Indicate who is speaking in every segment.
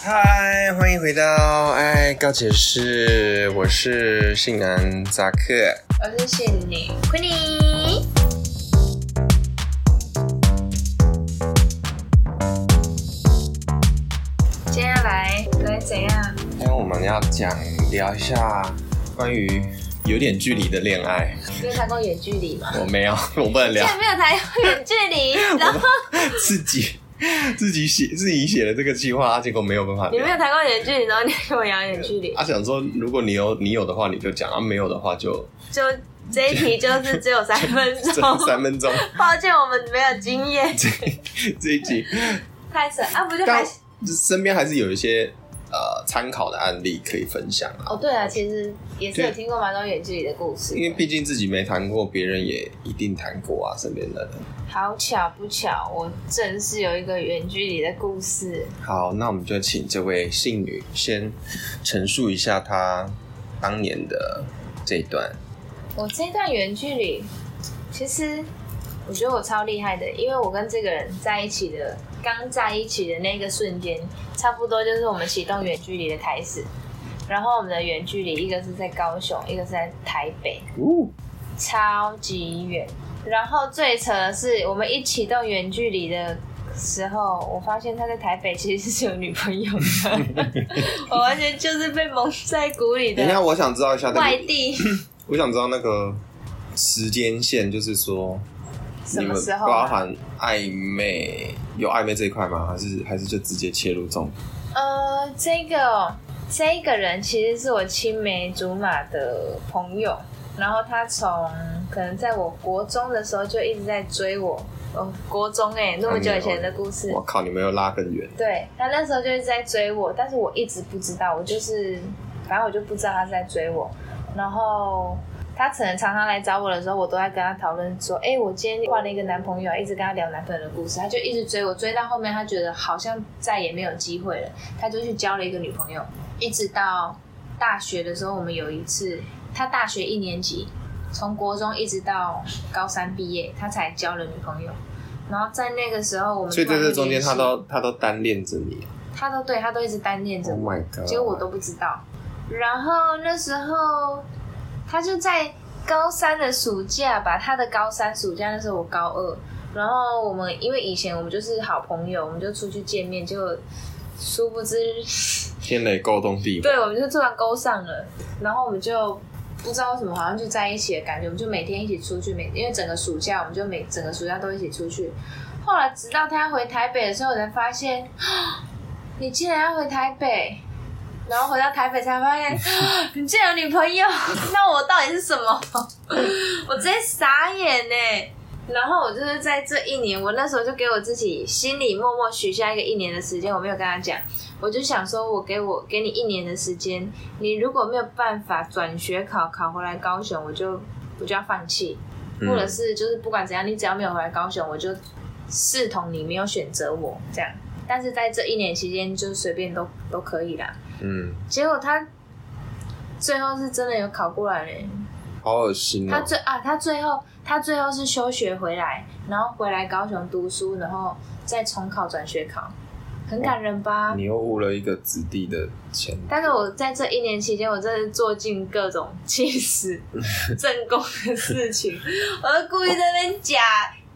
Speaker 1: 嗨，欢迎回到爱告解室，我是性男扎克。
Speaker 2: 我是谢宁 Queenie。接下来来怎样？
Speaker 1: 今哎天我们要讲聊一下关于有点距离的恋爱。
Speaker 2: 没有谈过远距离吗？
Speaker 1: 我没有，我不能
Speaker 2: 竟
Speaker 1: 聊
Speaker 2: 然没有谈过远距 离，然后
Speaker 1: 自己自己写自己写的这个计划，结果没有办法
Speaker 2: 你没有
Speaker 1: 聊。
Speaker 2: 谈过远距离，然后你跟我聊远距离，
Speaker 1: 他、想说，如果你有你有的话，你就讲；啊，没有的话 就
Speaker 2: 就这一题就是只有三 分
Speaker 1: 这
Speaker 2: 钟。
Speaker 1: 三分钟。
Speaker 2: 抱歉，我们没有经验，
Speaker 1: 这这一集，
Speaker 2: 太神啊！不就还
Speaker 1: 但身边还是有一些呃参考的案例可以分享啊。
Speaker 2: 哦？对啊，其实也是有
Speaker 1: 对
Speaker 2: 听过蛮多远距离的故事
Speaker 1: 因。为毕竟自己没谈过，别人也一定谈过啊，身边的人。
Speaker 2: 好巧不巧，我正是有一个远距离的故事。
Speaker 1: 好，那我们就请这位信女先陈述一下她当年的这一段。
Speaker 2: 我这段远距离，其实我觉得我超厉害的，因为我跟这个人在一起的，刚在一起的那个瞬间，差不多就是我们启动远距离的开始。然后我们的远距离，一个是在高雄，一个是在台北，
Speaker 1: 哦，
Speaker 2: 超级远。然后最扯的是，我们一启动远距离的时候，我发现他在台北其实是有女朋友 的，我完全就是被蒙在鼓里
Speaker 1: 等一下，
Speaker 2: 的
Speaker 1: 我想知道一下那
Speaker 2: 外
Speaker 1: 个，
Speaker 2: 地。
Speaker 1: 我想知道那个时间线，就是说
Speaker 2: 什
Speaker 1: 你
Speaker 2: 么
Speaker 1: 们
Speaker 2: 时候啊
Speaker 1: 包含暧昧有暧昧这一块吗？还是还是就直接切入重点？
Speaker 2: 呃，这个哦这个人其实是我青梅竹马的朋友，然后他从可能在我国中的时候就一直在追我，哦，国中哎、那么久以前的故事。
Speaker 1: 我靠，你们又拉更远。
Speaker 2: 对，他那时候就是在追我，但是我一直不知道，我就是反正我就不知道他是在追我。然后他可能常常来找我的时候，我都在跟他讨论说，哎、我今天换了一个男朋友，一直跟他聊男朋友的故事，他就一直追我，追到后面他觉得好像再也没有机会了，他就去交了一个女朋友，一直到大学的时候，我们有一次，他大学一年级，从国中一直到高三毕业，他才交了女朋友。然后在那个时候，我们
Speaker 1: 所以在
Speaker 2: 突然
Speaker 1: 这
Speaker 2: 就
Speaker 1: 中间，
Speaker 2: 联
Speaker 1: 他
Speaker 2: 系
Speaker 1: 都他都单恋着你。啊
Speaker 2: 他都对他都一直单恋着
Speaker 1: Oh
Speaker 2: 我，
Speaker 1: my god！
Speaker 2: 结果我都不知道。然后那时候他就在高三的暑假吧，他的高三暑假那时候我高二，然后我们因为以前我们就是好朋友，我们就出去见面，就殊不知，
Speaker 1: 天雷勾动地火。
Speaker 2: 对我们就突然勾上了，然后我们就。不知道为什么，好像就在一起的感觉，我们就每天一起出去，每因为整个暑假，我们就每整个暑假都一起出去。后来直到他回台北的时候，我才发现， 你竟然要回台北，然后回到台北才发现啊你竟然有女朋友，那我到底是什么？ 我直接傻眼呢、欸然后我就是在这一年，我那时候就给我自己心里默默许下一个一年的时间，我没有跟他讲，我就想说，我给我给你一年的时间，你如果没有办法转学考考回来高雄，我就我就要放弃。
Speaker 1: 嗯
Speaker 2: 或者是就是不管怎样，你只要没有回来高雄，我就视同你没有选择我这样。但是在这一年期间，就随便都都可以啦。
Speaker 1: 嗯，
Speaker 2: 结果他最后是真的有考过来嘞、
Speaker 1: 好恶心
Speaker 2: 他
Speaker 1: 哦。
Speaker 2: 最啊，他最后他最后是休学回来，然后回来高雄读书，然后再重考转学考，很感人吧？
Speaker 1: 你又误了一个子弟的前途。
Speaker 2: 但是我在这一年期间，我真的做尽各种气 死正宫的事情，我就故意在那边假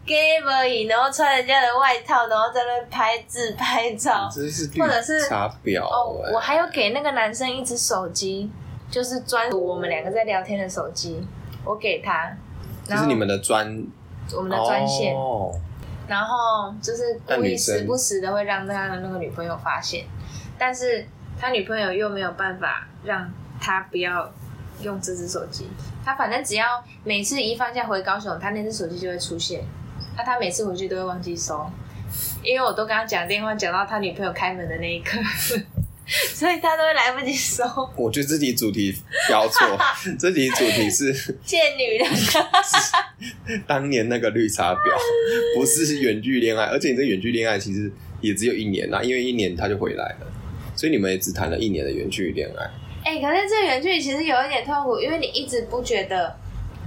Speaker 2: gay 而已，然后穿人家的外套，然后在那边拍自拍照。
Speaker 1: 这是绿
Speaker 2: 或者是
Speaker 1: 茶婊
Speaker 2: 哦
Speaker 1: 哎、，
Speaker 2: 我还有给那个男生一只手机，就是专属我们两个在聊天的手机，我给他，
Speaker 1: 这
Speaker 2: 然
Speaker 1: 是
Speaker 2: 后
Speaker 1: 你们的专
Speaker 2: 我们的专线，
Speaker 1: 哦，
Speaker 2: 然后就是
Speaker 1: 但
Speaker 2: 故
Speaker 1: 女
Speaker 2: 意
Speaker 1: 生
Speaker 2: 时不时的会让他的那个女朋友发现，但是他女朋友又没有办法让他不要用这只手机，他反正只要每次一放假回高雄，他那只手机就会出现，那他每次回去都会忘记收，因为我都跟他讲电话讲到他女朋友开门的那一刻， 所以他都会来不及收，
Speaker 1: 我觉得这题主题标错， 这题主题是
Speaker 2: 贱女人。
Speaker 1: 当年那个绿茶 婊，不是远距恋爱，而且你这远距恋爱其实也只有一年啦、因为一年他就回来了，所以你们也只谈了一年的远距恋爱。
Speaker 2: 哎、可是这个远距离其实有一点痛苦，因为你一直不觉得，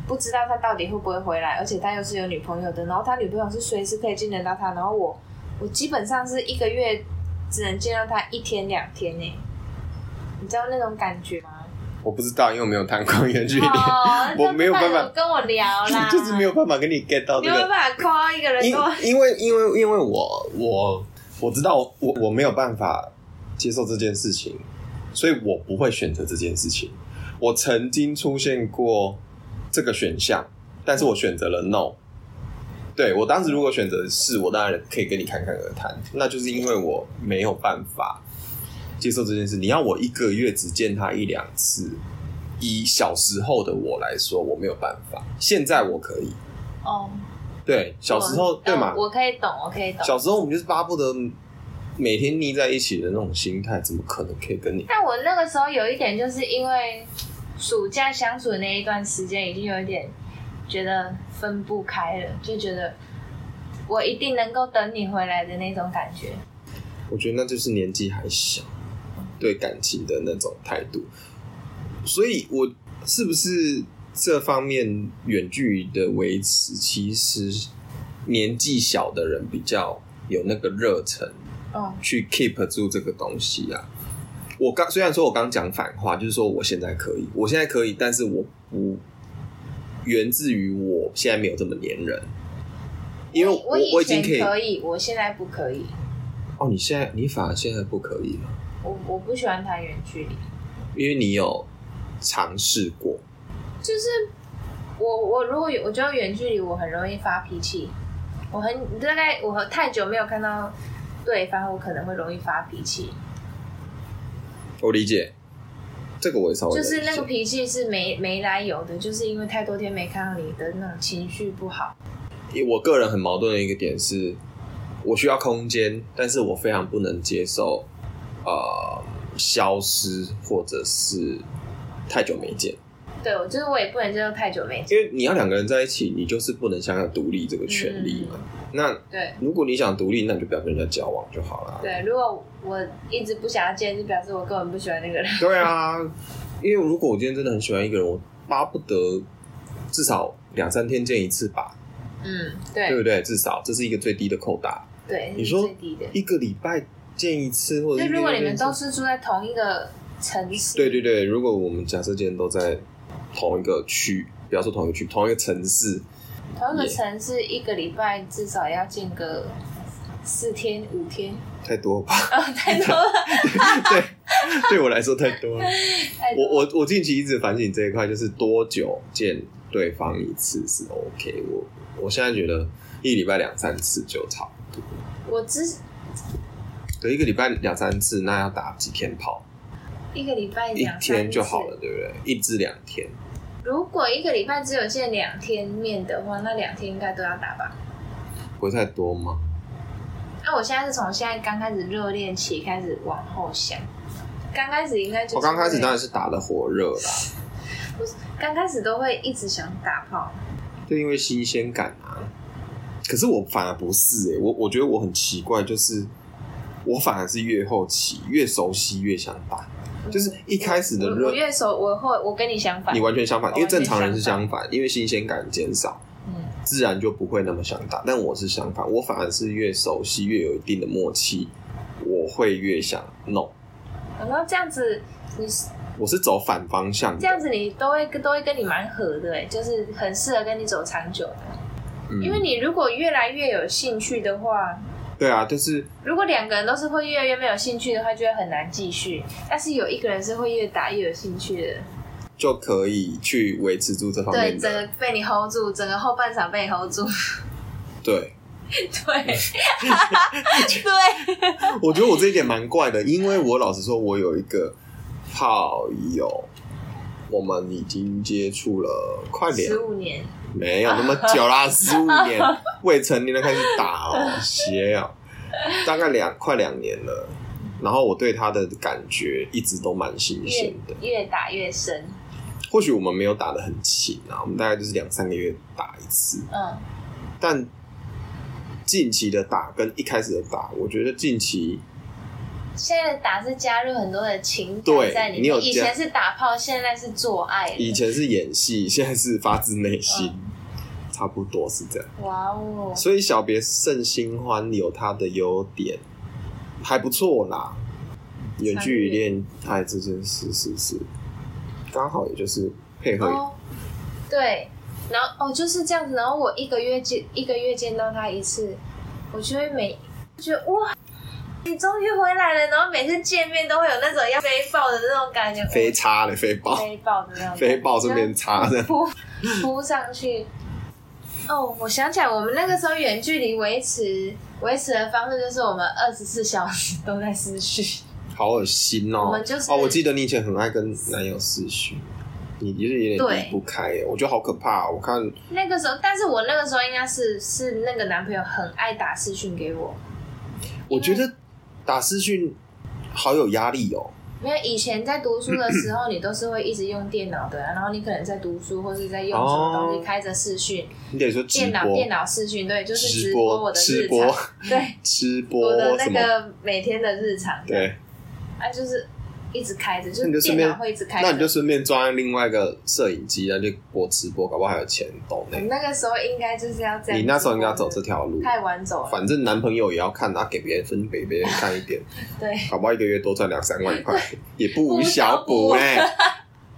Speaker 2: 不知道他到底会不会回来，而且他又是有女朋友的，然后他女朋友是随时可以见得到他，然后我，我基本上是一个月只能见到他一天两天呢、你知道那种感觉吗？
Speaker 1: 我不知道，因为我没有谈过远距离，
Speaker 2: 哦，
Speaker 1: 我没有办法，
Speaker 2: 那跟我聊 啦
Speaker 1: 就是没有，办法跟你 get 到
Speaker 2: 你
Speaker 1: 这
Speaker 2: 有
Speaker 1: 个
Speaker 2: 没有办法 call 一个人
Speaker 1: 因
Speaker 2: 跟我
Speaker 1: 因为因为因为我我我知道我我没有办法接受这件事情，所以我不会选择这件事情。我曾经出现过这个选项，但是我选择了 no。对我当时如果选择是，我当然可以跟你侃侃而谈，那就是因为我没有办法接受这件事。你要我一个月只见他一两次，以小时候的我来说，我没有办法。现在我可以，
Speaker 2: 哦，
Speaker 1: 对，小时候
Speaker 2: 我
Speaker 1: 对嘛
Speaker 2: 嗯？我可以懂，我可以懂。
Speaker 1: 小时候我们就是巴不得每天腻在一起的那种心态，怎么可能可以跟你？
Speaker 2: 但我那个时候有一点，就是因为暑假相处的那一段时间，已经有一点觉得分不开了，就觉得我一定能够等你回来的那种感觉。
Speaker 1: 我觉得那就是年纪还小，对感情的那种态度。所以，我是不是这方面远距离的维持，其实年纪小的人比较有那个热忱，
Speaker 2: 嗯，
Speaker 1: 去 keep 住这个东西啊。我刚虽然说我刚讲反话，就是说我现在可以，我现在可以，但是我不源自于我现在没有这么黏人，因为
Speaker 2: 我
Speaker 1: 我
Speaker 2: 以
Speaker 1: 我已经
Speaker 2: 前
Speaker 1: 可以
Speaker 2: 可以，我现在不可以，
Speaker 1: 哦。你现在你反而现在不可以了，
Speaker 2: 我我不喜欢谈远距离，
Speaker 1: 因为你有尝试过，
Speaker 2: 就是我我如果有我觉得远距离我很容易发脾气，我很大概我太久没有看到对方，我可能会容易发脾气。
Speaker 1: 我理解这个，我也稍微
Speaker 2: 就是
Speaker 1: 能理
Speaker 2: 那
Speaker 1: 解
Speaker 2: 个脾气是没没来由的，就是因为太多天没看到你的那种情绪不好。
Speaker 1: 我个人很矛盾的一个点是，我需要空间，但是我非常不能接受呃消失或者是太久没见，
Speaker 2: 对，我就是我也不能接受太久没见。
Speaker 1: 因为你要两个人在一起，你就是不能享有独立这个权利
Speaker 2: 嗯
Speaker 1: 嘛。那
Speaker 2: 对
Speaker 1: 如果你想独立，那你就不要跟人家交往就好了。
Speaker 2: 对，如果我一直不想要见，就表示我根本不喜欢那个 人。
Speaker 1: 对啊，因为如果我今天真的很喜欢一个人，我巴不得至少两三天见一次吧，
Speaker 2: 嗯，
Speaker 1: 对
Speaker 2: 对
Speaker 1: 不对？至少这是一个最低的扣打，
Speaker 2: 对，
Speaker 1: 你
Speaker 2: 是
Speaker 1: 说
Speaker 2: 最低的。
Speaker 1: 一个礼拜见一次，或者
Speaker 2: 就
Speaker 1: 一个
Speaker 2: 如果
Speaker 1: 月
Speaker 2: 你
Speaker 1: 见
Speaker 2: 们
Speaker 1: 一次
Speaker 2: 都是住在同一个城市，
Speaker 1: 对对对，如果我们假设今天都在同一个区，不要说同一个区，同一个城市，
Speaker 2: 同一个
Speaker 1: 也
Speaker 2: 城市一个礼拜至少要见个四天五天，
Speaker 1: 太多了吧？
Speaker 2: 啊、太多了，
Speaker 1: 对，对我来说太多了。
Speaker 2: 太多
Speaker 1: 我
Speaker 2: 了。
Speaker 1: 我我近期一直反省这一块，就是多久见对方一次是 OK 我。我现在觉得一礼拜两三次就差不多，
Speaker 2: 我之
Speaker 1: 可一个礼拜两三次，那要打几天炮？
Speaker 2: 一个礼拜
Speaker 1: 一
Speaker 2: 两
Speaker 1: 天
Speaker 2: 三
Speaker 1: 就
Speaker 2: 次
Speaker 1: 好了，对不对？一至两天。
Speaker 2: 如果一个礼拜只有见两天面的话，那两天应该都要打吧？
Speaker 1: 不会太多吗？
Speaker 2: 那、我现在是从现在刚开始热恋期开始往后想，刚开始应该就是
Speaker 1: 我刚开始
Speaker 2: 会
Speaker 1: 当然是打的火热啦，
Speaker 2: 刚开始都会一直想打炮，
Speaker 1: 就因为新鲜感啊。可是我反而不是诶、欸我我觉得我很奇怪，就是我反而是越后期越熟悉越想打，就是一开始的
Speaker 2: 我
Speaker 1: 热
Speaker 2: 我，越熟，我会我跟你相反
Speaker 1: 你，完全相反，因为正常人是
Speaker 2: 我完
Speaker 1: 相反，因为新鲜感减少，
Speaker 2: 嗯，
Speaker 1: 自然就不会那么想打。但我是相反，我反而是越熟悉越有一定的默契，我会越想弄。
Speaker 2: 然后这样子你
Speaker 1: 我是走反方向
Speaker 2: 这
Speaker 1: 的，
Speaker 2: 样子你都会都会跟你蛮合的、欸，就是很适合跟你走长久的，
Speaker 1: 嗯
Speaker 2: 因为你如果越来越有兴趣的话，
Speaker 1: 对啊，就是
Speaker 2: 如果两个人都是会越来越没有兴趣的话，就会很难继续。但是有一个人是会越打越有兴趣的，
Speaker 1: 就可以去维持住这方
Speaker 2: 对，
Speaker 1: 面
Speaker 2: 整
Speaker 1: 的，
Speaker 2: 个被你 hold 住，整个后半场被你 hold 住，
Speaker 1: 对。
Speaker 2: 对， 对，
Speaker 1: 我觉得我这一点蛮怪的，因为我老实说，我有一个炮友，我们已经接触了快点
Speaker 2: 十五年，
Speaker 1: 没有那么久啦，十五 年，未成年的开始打哦，鞋哦，大概两快两年了。然后我对他的感觉一直都蛮新鲜
Speaker 2: 越
Speaker 1: 的，
Speaker 2: 越打越深，
Speaker 1: 或许我们没有打的很勤啊，我们大概就是两三个月打一次，
Speaker 2: 嗯，
Speaker 1: 但近期的打跟一开始的打，我觉得近期
Speaker 2: 现在的打是加入很多的情
Speaker 1: 对
Speaker 2: 感在里
Speaker 1: 你有
Speaker 2: 面，以
Speaker 1: 加
Speaker 2: 前是打炮，现在是做爱了，
Speaker 1: 以前是演戏，现在是发自内心，
Speaker 2: 嗯
Speaker 1: 差不多是这样。
Speaker 2: 哇哦，
Speaker 1: 所以小别胜新欢有它的优点，还不错啦。远距离
Speaker 2: 参与
Speaker 1: 恋爱这件事是是，刚好也就是配合
Speaker 2: 哦，对，然后哦就是这样子，然后我一个月见一个月见到他一次，我就会每觉得哇，你终于回来了，然后每次见面都会有那种要飞爆的那种感觉，
Speaker 1: 飞叉的飞豹，
Speaker 2: 哇飞爆的那种感觉
Speaker 1: 飞豹这边叉的，
Speaker 2: 扑扑上去。哦，我想起来，我们那个时候远距离维持维持的方式就是我们二十四小时都在私讯，
Speaker 1: 好恶心哦、
Speaker 2: 我们就是
Speaker 1: 哦，我记得你以前很爱跟男友私讯，你就是有点
Speaker 2: 对
Speaker 1: 离不开耶，我觉得好可怕、哦。我看
Speaker 2: 那个时候，但是我那个时候应该是是那个男朋友很爱打私讯给我，
Speaker 1: 我觉得打私讯好有压力哦、
Speaker 2: 因为以前在读书的时候，你都是会一直用电脑的啊、然后你可能在读书或是在用什么东
Speaker 1: 哦
Speaker 2: 西开着视讯，
Speaker 1: 你得说直
Speaker 2: 电脑
Speaker 1: 播
Speaker 2: 电，脑视讯，对，就是
Speaker 1: 直
Speaker 2: 直
Speaker 1: 播
Speaker 2: 播我的
Speaker 1: 直
Speaker 2: 日
Speaker 1: 播
Speaker 2: 常， 对，
Speaker 1: 吃播
Speaker 2: 我的
Speaker 1: 什
Speaker 2: 那
Speaker 1: 么？
Speaker 2: 个每天的日常，，
Speaker 1: 对，
Speaker 2: 啊，就是一直开着，就
Speaker 1: 那你就是顺
Speaker 2: 电
Speaker 1: 便
Speaker 2: 脑会一直开着，
Speaker 1: 那你就顺便装另外一个摄影机，然后就播直播，搞不好还有钱抖
Speaker 2: 我
Speaker 1: 呢
Speaker 2: 们。那个时候应该就是要这样。
Speaker 1: 你那时候应该走这条路，
Speaker 2: 太晚走了，
Speaker 1: 反正男朋友也要看，他给别人分给别人看一点，
Speaker 2: 对，
Speaker 1: 搞不好一个月多赚两三万 块，也不无小补哎、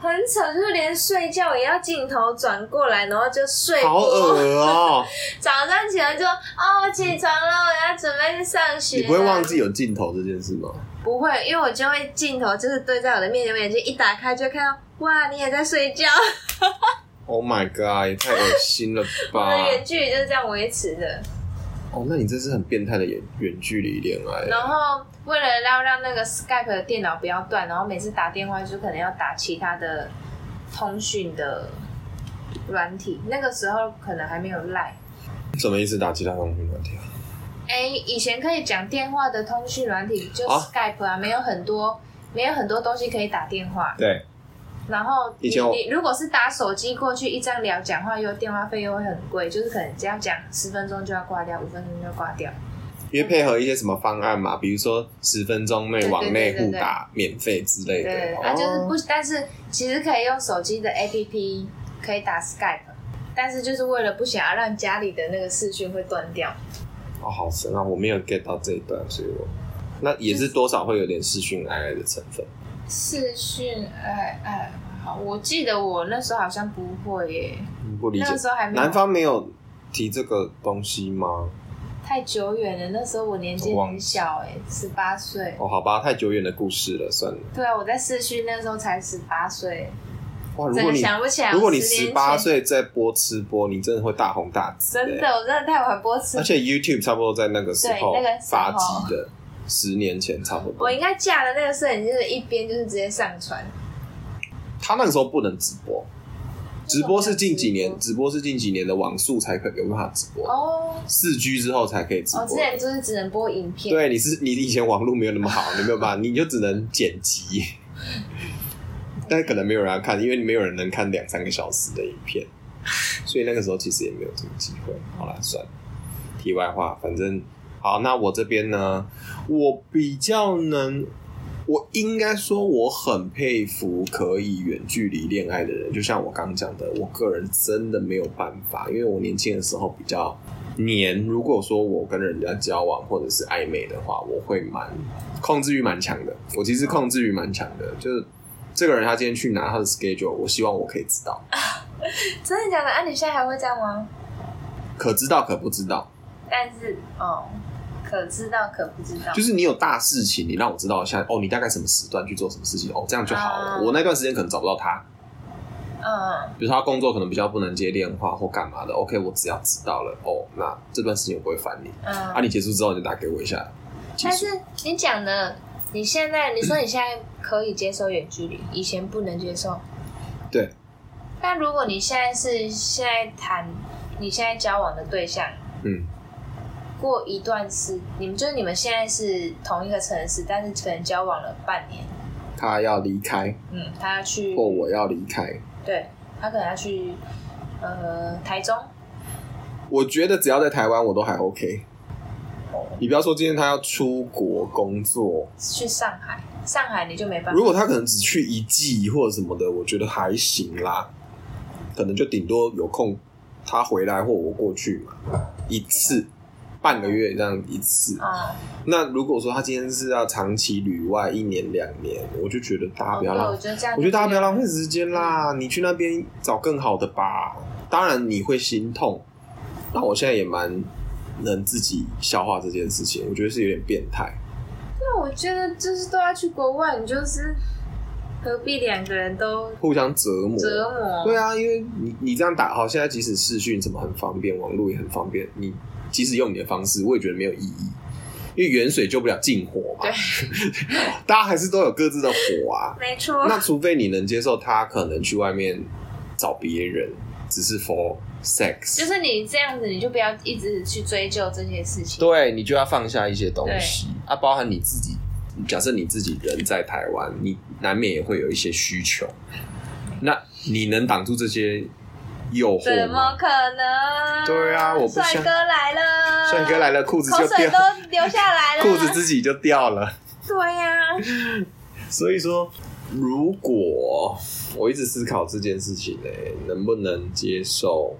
Speaker 2: 很扯，就是连睡觉也要镜头转过来，然后就睡
Speaker 1: 好恶
Speaker 2: 过。
Speaker 1: 哦、
Speaker 2: 早上起来就哦，起床了，我要准备去上学。
Speaker 1: 你不会忘？记有镜头这件事吗？
Speaker 2: 不会，因为我就会镜头就是对在我的面前，我眼睛一打开就会看到，哇，你也在睡觉。
Speaker 1: Oh my god，也太恶心了
Speaker 2: 我
Speaker 1: 吧
Speaker 2: 的！远距离就是这样维持的。
Speaker 1: 哦，那你这是很变态的远远距离恋爱。
Speaker 2: 然后为了要让那个 Skype 的电脑不要断，然后每次打电话就可能要打其他的通讯的软体，那个时候可能还没有 Line。
Speaker 1: 什么意思？打其他通讯软体啊？
Speaker 2: 哎，以前可以讲电话的通讯软体就
Speaker 1: 啊
Speaker 2: Skype 啊，没有很多，没有很多东西可以打电话。
Speaker 1: 对，
Speaker 2: 然后你
Speaker 1: 以前我
Speaker 2: 你如果是打手机过去一张聊讲话，又电话费又会很贵，就是可能这样讲十分钟就要挂掉，五分钟就要挂掉。
Speaker 1: 因为配合一些什么方案嘛，比如说十分钟内往内互打免费之类
Speaker 2: 对
Speaker 1: 的。
Speaker 2: 对对，
Speaker 1: 哦
Speaker 2: 啊，就是不，但是其实可以用手机的 APP 可以打 Skype，但是就是为了不想要让家里的那个视讯会断掉，
Speaker 1: 哦，好神啊！我没有 get 到这一段，所以我那也是多少会有点视讯爱爱的成分。
Speaker 2: 视讯，哎哎，好，我记得我那时候好像不会耶，
Speaker 1: 嗯不理解
Speaker 2: 那，个时候还没
Speaker 1: 男
Speaker 2: 有，
Speaker 1: 方没有提这个东西吗？
Speaker 2: 太久远了，那时候我年纪
Speaker 1: 我忘
Speaker 2: 很小哎，十八岁，
Speaker 1: 哦，好吧，太久远的故事了，算了。
Speaker 2: 对啊，我在视讯那时候才十八岁，
Speaker 1: 哇，如
Speaker 2: 真
Speaker 1: 果
Speaker 2: 的
Speaker 1: 你
Speaker 2: 想不起来，
Speaker 1: 如果你
Speaker 2: 10
Speaker 1: 十
Speaker 2: 年
Speaker 1: 八
Speaker 2: 前，
Speaker 1: 岁再播吃播，你真的会大红大紫、
Speaker 2: 真
Speaker 1: 欸
Speaker 2: 的，我真的太晚播吃
Speaker 1: 而且 YouTube 差不多在那个时候
Speaker 2: 对那个时候
Speaker 1: 发迹的，十年前差不多
Speaker 2: 我。应该架的那个摄影机就是一边就是直接上传。
Speaker 1: 他那个时候不能直播，直播是近几
Speaker 2: 啊
Speaker 1: 年，直播是近几年的网速才可以有办法直播，
Speaker 2: 哦，
Speaker 1: 四 G 之后才可以直
Speaker 2: 哦，之
Speaker 1: 播。
Speaker 2: 前就是只能播影片。
Speaker 1: 对，你是你以前网络没有那么好，你没有办法，你就只能剪辑，但是可能没有人要看，因为没有人能看两三个小时的影片，所以那个时候其实也没有这个机会。好啦，算了题外话，反正好，那我这边呢，我比较能，我应该说我很佩服可以远距离恋爱的人，就像我刚刚讲的，我个人真的没有办法，因为我年轻的时候比较黏。如果说我跟人家交往或者是暧昧的话，我会蛮控制欲蛮强的，我其实控制欲蛮强的，就是。这个人他今天去拿他的 schedule，我希望我可以知道，
Speaker 2: 真的假的？啊，你现在还会这样吗？
Speaker 1: 可知道可不知道，
Speaker 2: 但是哦，可知道可不知道，
Speaker 1: 就是你有大事情，你让我知道一下哦，你大概什么时段去做什么事情哦，这样就好了。
Speaker 2: 啊
Speaker 1: 我那段时间可能找不到他，
Speaker 2: 嗯，
Speaker 1: 比如说他工作可能比较不能接电话或干嘛的。OK，我只要知道了哦，那这段时间我不会烦你。
Speaker 2: 嗯
Speaker 1: 啊，你结束之后你就打给我一下。结
Speaker 2: 但
Speaker 1: 束
Speaker 2: 是你讲的，你现在你 说你现在可以接受远距离，以前不能接受。
Speaker 1: 对。
Speaker 2: 但如果你现在是现在谈你现在交往的对象，
Speaker 1: 嗯，
Speaker 2: 过一段时，你们就是你们现在是同一个城市，但是可能交往了半年，
Speaker 1: 他要离开
Speaker 2: 嗯，他要去
Speaker 1: 或我要离开，
Speaker 2: 对他可能要去呃台中，
Speaker 1: 我觉得只要在台湾我都还 OK。
Speaker 2: 哦
Speaker 1: 你不要说今天他要出国工作，
Speaker 2: 去上海，上海你就没办法
Speaker 1: 如。果他可能只去一季或者什么的，我觉得还行啦，可能就顶多有空他回来或我过去嘛，一次。半个月这样一次。
Speaker 2: 哦，
Speaker 1: 那如果说他今天是要长期旅外，一年两年，我就觉得大家不要
Speaker 2: 哦对，啊
Speaker 1: 浪
Speaker 2: 我觉得这样，
Speaker 1: 我觉得大家不要浪费时间啦，你去那边找更好的吧。当然你会心痛，但我现在也蛮能自己消化这件事情，我觉得是有点变态。
Speaker 2: 那我觉得就是都要去国外，你就是何必两个人都
Speaker 1: 互相折磨。
Speaker 2: 折磨？
Speaker 1: 对啊，因为你你这样打好，现在即使视讯什么很方便，网络也很方便，你即使用你的方式，我也觉得没有意义，因为远水救不了近火嘛。
Speaker 2: 对
Speaker 1: 大家还是都有各自的火 啊。
Speaker 2: 没错，
Speaker 1: 那除非你能接受他可能去外面找别人，只是 for
Speaker 2: 就
Speaker 1: sex，
Speaker 2: 是你这样子，你就不要一直去追究这些事情。
Speaker 1: 对你就要放下一些东西啊，包含你自己。假设你自己人在台湾，你难免也会有一些需求，那你能挡住这些诱惑
Speaker 2: 怎
Speaker 1: 吗
Speaker 2: 么？可能？
Speaker 1: 对啊我不
Speaker 2: 帅
Speaker 1: 像
Speaker 2: 哥来了，
Speaker 1: 帅哥来了，裤子
Speaker 2: 口
Speaker 1: 就
Speaker 2: 水
Speaker 1: 掉
Speaker 2: 都，流下来了，
Speaker 1: 裤子自己就掉了。
Speaker 2: 对呀、
Speaker 1: 所以说，如果我一直思考这件事情呢、能不能接受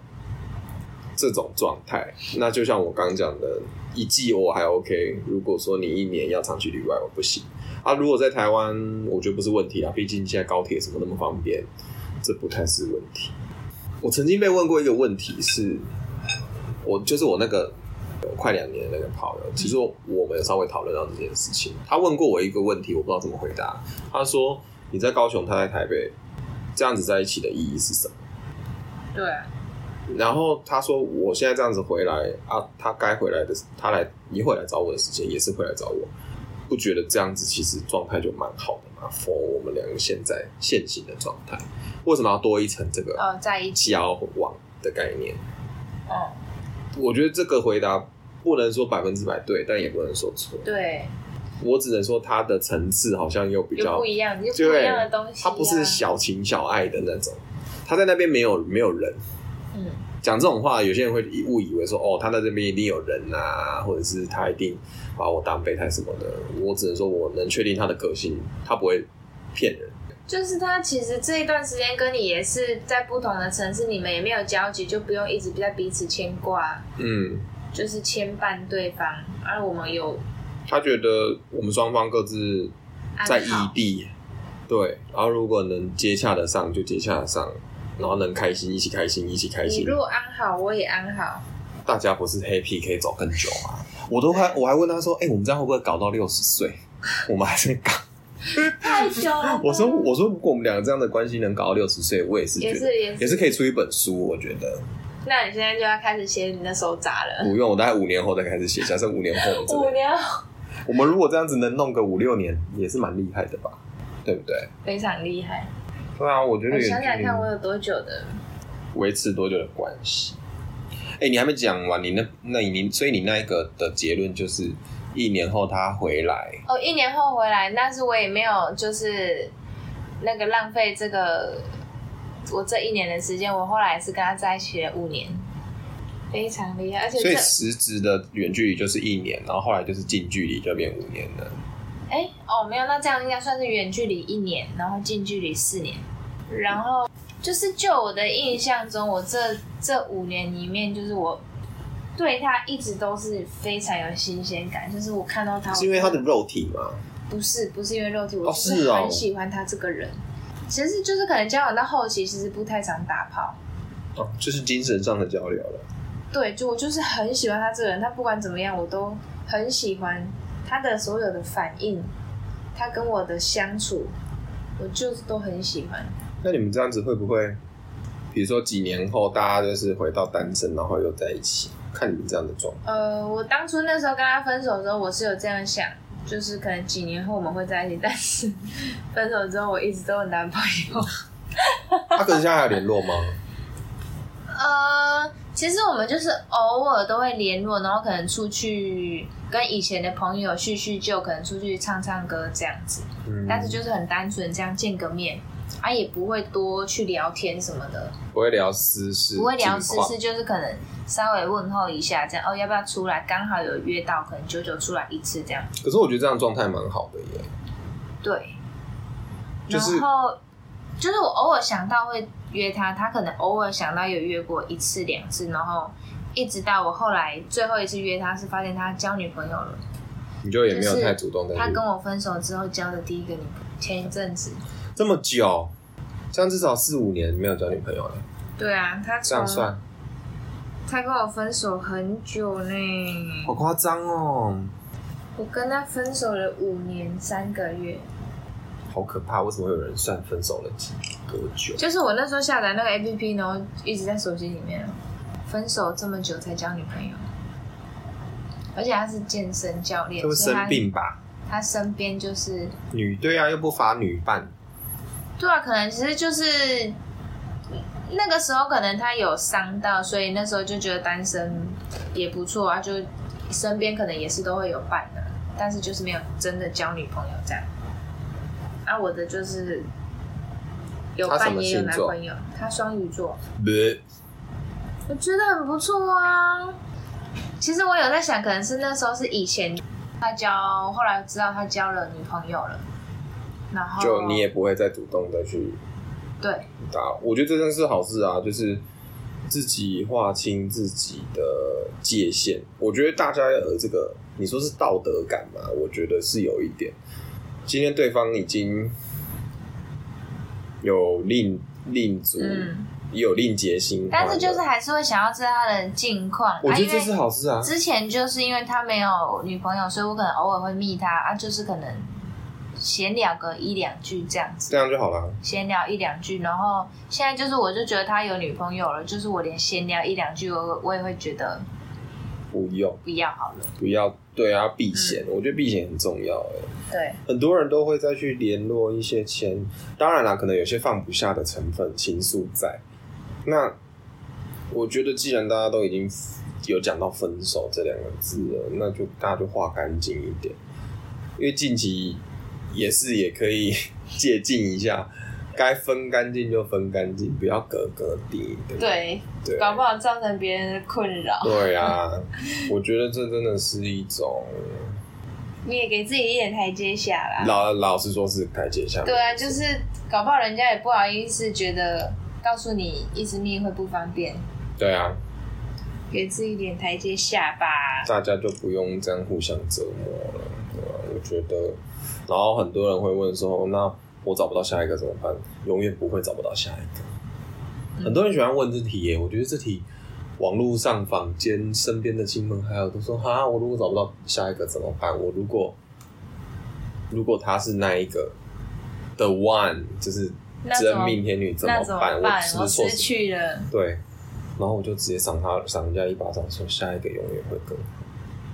Speaker 1: 这种状态？那就像我刚讲的，一季我还 OK。如果说你一年要长期旅外，我不行啊。如果在台湾，我觉得不是问题啊，毕竟现在高铁什么那么方便，这不太是问题。我曾经被问过一个问题是，我就是我那个快两年的那个跑友，其实我我们有稍微讨论到这件事情。他问过我一个问题，我不知道怎么回答。他说：“你在高雄，他在台北，这样子在一起的意义是什么
Speaker 2: 对啊，？”
Speaker 1: 然后他说：“我现在这样子回来啊，他该回来的，他来，你会来找我的时间也是会来找我。不觉得这样子其实状态就蛮好的嘛？for 我们两个现在现行的状态，为什么要多一层这个
Speaker 2: 哦，在一起，
Speaker 1: 交往的概念？”
Speaker 2: 哦，
Speaker 1: 我觉得这个回答不能说百分之百对，但也不能说错。
Speaker 2: 对，
Speaker 1: 我只能说它的层次好像又比
Speaker 2: 又
Speaker 1: 较
Speaker 2: 不，一样，又不一
Speaker 1: 对
Speaker 2: 样的东西、啊，
Speaker 1: 它不是，小情小爱的那种。他在那边没有没有人
Speaker 2: 嗯，
Speaker 1: 讲这种话，有些人会误以为说哦，他在这边一定有人啊，或者是他一定把我当备胎什么的。我只能说，我能确定他的个性，他不会骗人。
Speaker 2: 就是他其实这一段时间跟你也是在不同的城市，你们也没有交集，就不用一直在彼此牵挂，
Speaker 1: 嗯，
Speaker 2: 就是牵绊对方，而我们有
Speaker 1: 他觉得我们双方各自
Speaker 2: 安
Speaker 1: 在异
Speaker 2: 好，
Speaker 1: 地，对，然后如果能接洽得上就接洽得上，然后能开心一起开心一起开
Speaker 2: 你
Speaker 1: 心，
Speaker 2: 若安好，我也安好，
Speaker 1: 大家不是 happy 可以走更久吗？我都还我还问他说，哎、我们这样会不会搞到六十岁？ 我们还是 搞，
Speaker 2: 太久了
Speaker 1: 我说我说如果我们两个这样的关系能搞到六十岁，我也是
Speaker 2: 也
Speaker 1: 觉
Speaker 2: 是
Speaker 1: 得。
Speaker 2: 也
Speaker 1: 也
Speaker 2: 是，
Speaker 1: 是可以出一本书，我觉得
Speaker 2: 那你现在就要开始写你的手札了，
Speaker 1: 不用，我大概五年后再开始写，假设五年后我们 真
Speaker 2: 五
Speaker 1: 的，
Speaker 2: 年后
Speaker 1: 我们如果这样子能弄个五六年，也是蛮厉害的吧，对不对？
Speaker 2: 非常厉害，
Speaker 1: 对啊，我觉得
Speaker 2: 我
Speaker 1: 远距
Speaker 2: 想想
Speaker 1: 离
Speaker 2: 看，我有多久的。
Speaker 1: 维持多久的关系。哎、你还没讲完，你那那你你所以你那一个的结论就是，一年后他回来，
Speaker 2: 哦，一年后回来，但是我也没有就是那个浪费这个我这一年的时间。我后来是跟他在一起了五年，非常厉害。而且
Speaker 1: 所以
Speaker 2: 这
Speaker 1: 实质的远距离就是一年，然后后来就是近距离就变五年了。
Speaker 2: 哎、哦没有，那这样应该算是远距离一年，然后近距离四年，然后就是就我的印象中，我这这五年里面，就是我对他一直都是非常有新鲜感，就是我看到他，
Speaker 1: 是因为他的肉体吗？
Speaker 2: 不是，不是因为肉体，我
Speaker 1: 哦
Speaker 2: 就是是
Speaker 1: 哦
Speaker 2: 很喜欢他这个人。其实就是可能交往到后期，其实不太常打炮。
Speaker 1: 哦，就是精神上的交流了。
Speaker 2: 对，就我就是很喜欢他这个人，他不管怎么样，我都很喜欢他的所有的反应，他跟我的相处，我就是都很喜欢。
Speaker 1: 那你们这样子会不会，比如说几年后大家就是回到单身，然后又在一起？看你们这样的状态，
Speaker 2: 呃，我当初那时候跟他分手的时候，我是有这样想，就是可能几年后我们会在一起，但是 分手之后我一直都有男朋友。
Speaker 1: 他、啊可是现在还有联络吗？
Speaker 2: 呃，其实我们就是偶尔都会联络，然后可能出去跟以前的朋友叙叙旧，可能出去唱唱歌这样子，
Speaker 1: 嗯，
Speaker 2: 但是就是很单纯这样见个面。啊，也不会多去聊天什么的，
Speaker 1: 不会聊私事，
Speaker 2: 不会聊私
Speaker 1: 近况
Speaker 2: 事，就是可能稍微问候一下，这样哦，要不要出来？刚好有约到，可能久久出来一次这样。
Speaker 1: 可是我觉得这样状态蛮好的耶。
Speaker 2: 对，
Speaker 1: 就是
Speaker 2: 然后就是我偶尔想到会约他，他可能偶尔想到有约过一次两次，然后一直到我后来最后一次约他是发现他交女朋友了，
Speaker 1: 你就也没有
Speaker 2: 就是
Speaker 1: 太主动的
Speaker 2: 他跟我分手之后交的第一个女朋友，前一阵子。
Speaker 1: 这么久，这样至少四五年没有交女朋友了，
Speaker 2: 对啊，他
Speaker 1: 这
Speaker 2: 从
Speaker 1: 样算
Speaker 2: 他跟我分手很久呢，
Speaker 1: 好夸张哦，
Speaker 2: 我跟他分手了五年三个月。
Speaker 1: 好可怕！为什么会有人算分手了几多久？
Speaker 2: 就是我那时候下载那个 APP，然后一直在手机里面，分手这么久才交女朋友，而且他是健身教练，
Speaker 1: 会不会
Speaker 2: 所以
Speaker 1: 生
Speaker 2: 他
Speaker 1: 病吧？
Speaker 2: 他身边就是，
Speaker 1: 女对啊，又不乏女伴，
Speaker 2: 对啊，可能其实就是那个时候可能他有伤到，所以那时候就觉得单身也不错啊，就身边可能也是都会有伴的、但是就是没有真的交女朋友这样。啊，我的就是有
Speaker 1: 他什
Speaker 2: 伴
Speaker 1: 么
Speaker 2: 也有
Speaker 1: 星
Speaker 2: 男
Speaker 1: 座
Speaker 2: 朋友，他双鱼座。
Speaker 1: 不，
Speaker 2: 我觉得很不错啊。其实我有在想，可能是那时候是以前他交，后来知道他交了女朋友了，然后
Speaker 1: 就你也不会再主动的去
Speaker 2: 对，
Speaker 1: 打。我觉得这真是好事啊，就是自己划清自己的界限。我觉得大家要有这个，你说是道德感嘛？我觉得是有一点。今天对方已经有另另足，
Speaker 2: 嗯，
Speaker 1: 也有另结心怀了，
Speaker 2: 但是就是还是会想要知道他的近况。
Speaker 1: 我觉得
Speaker 2: 啊、
Speaker 1: 这是
Speaker 2: 因为
Speaker 1: 好事啊。
Speaker 2: 之前就是因为他没有女朋友，所以我可能偶尔会密他啊，就是可能闲聊个一两句这样子
Speaker 1: 这。样就好了。
Speaker 2: 闲聊一两句，然后现在就是，我就觉得他有女朋友了，就是我连闲聊一两句，我我也会觉得
Speaker 1: 不用，
Speaker 2: 不要好了。
Speaker 1: 不要对啊，避嫌。我觉得避嫌很重要、欸。
Speaker 2: 对，
Speaker 1: 很多人都会再去联络一些前，当然啦，可能有些放不下的成分、情愫在。那我觉得，既然大家都已经有讲到分手这两个字了，那就大家就化干净一点，因为近期也是也可以借鉴一下，该分干净就分干净，不要格格地的。
Speaker 2: 对，
Speaker 1: 对，啊
Speaker 2: 搞不好造成别人的困扰。
Speaker 1: 对啊，我觉得这真的是一种
Speaker 2: 你也给自己一点台阶下啦。
Speaker 1: 老老实说是台阶下面。
Speaker 2: 啊对啊，就是搞不好人家也不好意思，觉得告诉你一直密会不方便，
Speaker 1: 对啊，
Speaker 2: 给自己一点台阶下吧。
Speaker 1: 大家就不用这样互相折磨了，对吧、我觉得，然后很多人会问说，那我找不到下一个怎么办？永远不会找不到下一个。
Speaker 2: 嗯
Speaker 1: 很多人喜欢问这题耶，我觉得这题网络上坊间身边的亲朋好友都说，哈，我如果找不到下一个怎么办？我如果如果他是那一个 the one，就是
Speaker 2: 那怎
Speaker 1: 真
Speaker 2: 么
Speaker 1: 命天女怎
Speaker 2: 那怎么
Speaker 1: 办？
Speaker 2: 办？
Speaker 1: 我
Speaker 2: 我
Speaker 1: 吃错
Speaker 2: 失去了，
Speaker 1: 对，然后我就直接赏他赏人家一巴掌，说下一个永远会更好。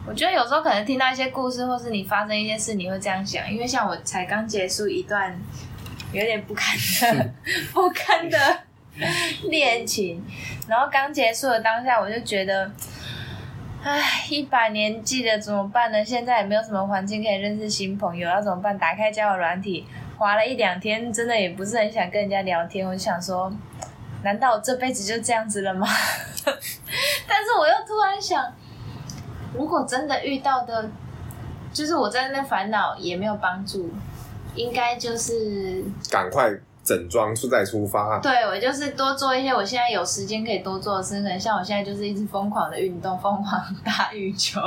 Speaker 2: 我觉得有时候可能听到一些故事，或是你发生一些事，你会这样想，因为像我才刚结束一段有点不堪的、 不堪的恋情，然后刚结束的当下，我就觉得。唉，一把年纪了怎么办呢？现在也没有什么环境可以认识新朋友，要怎么办？打开交友软体，滑了一两天，真的也不是很想跟人家聊天。我就想说，难道我这辈子就这样子了吗？ 但是我又突然想，如果真的遇到的，就是我在那边烦恼也没有帮助，应该就是
Speaker 1: 赶快整装出再出发。
Speaker 2: 对我就是多做一些我现在有时间可以多做的事，可能像我现在就是一直疯狂的运动，疯狂打羽球，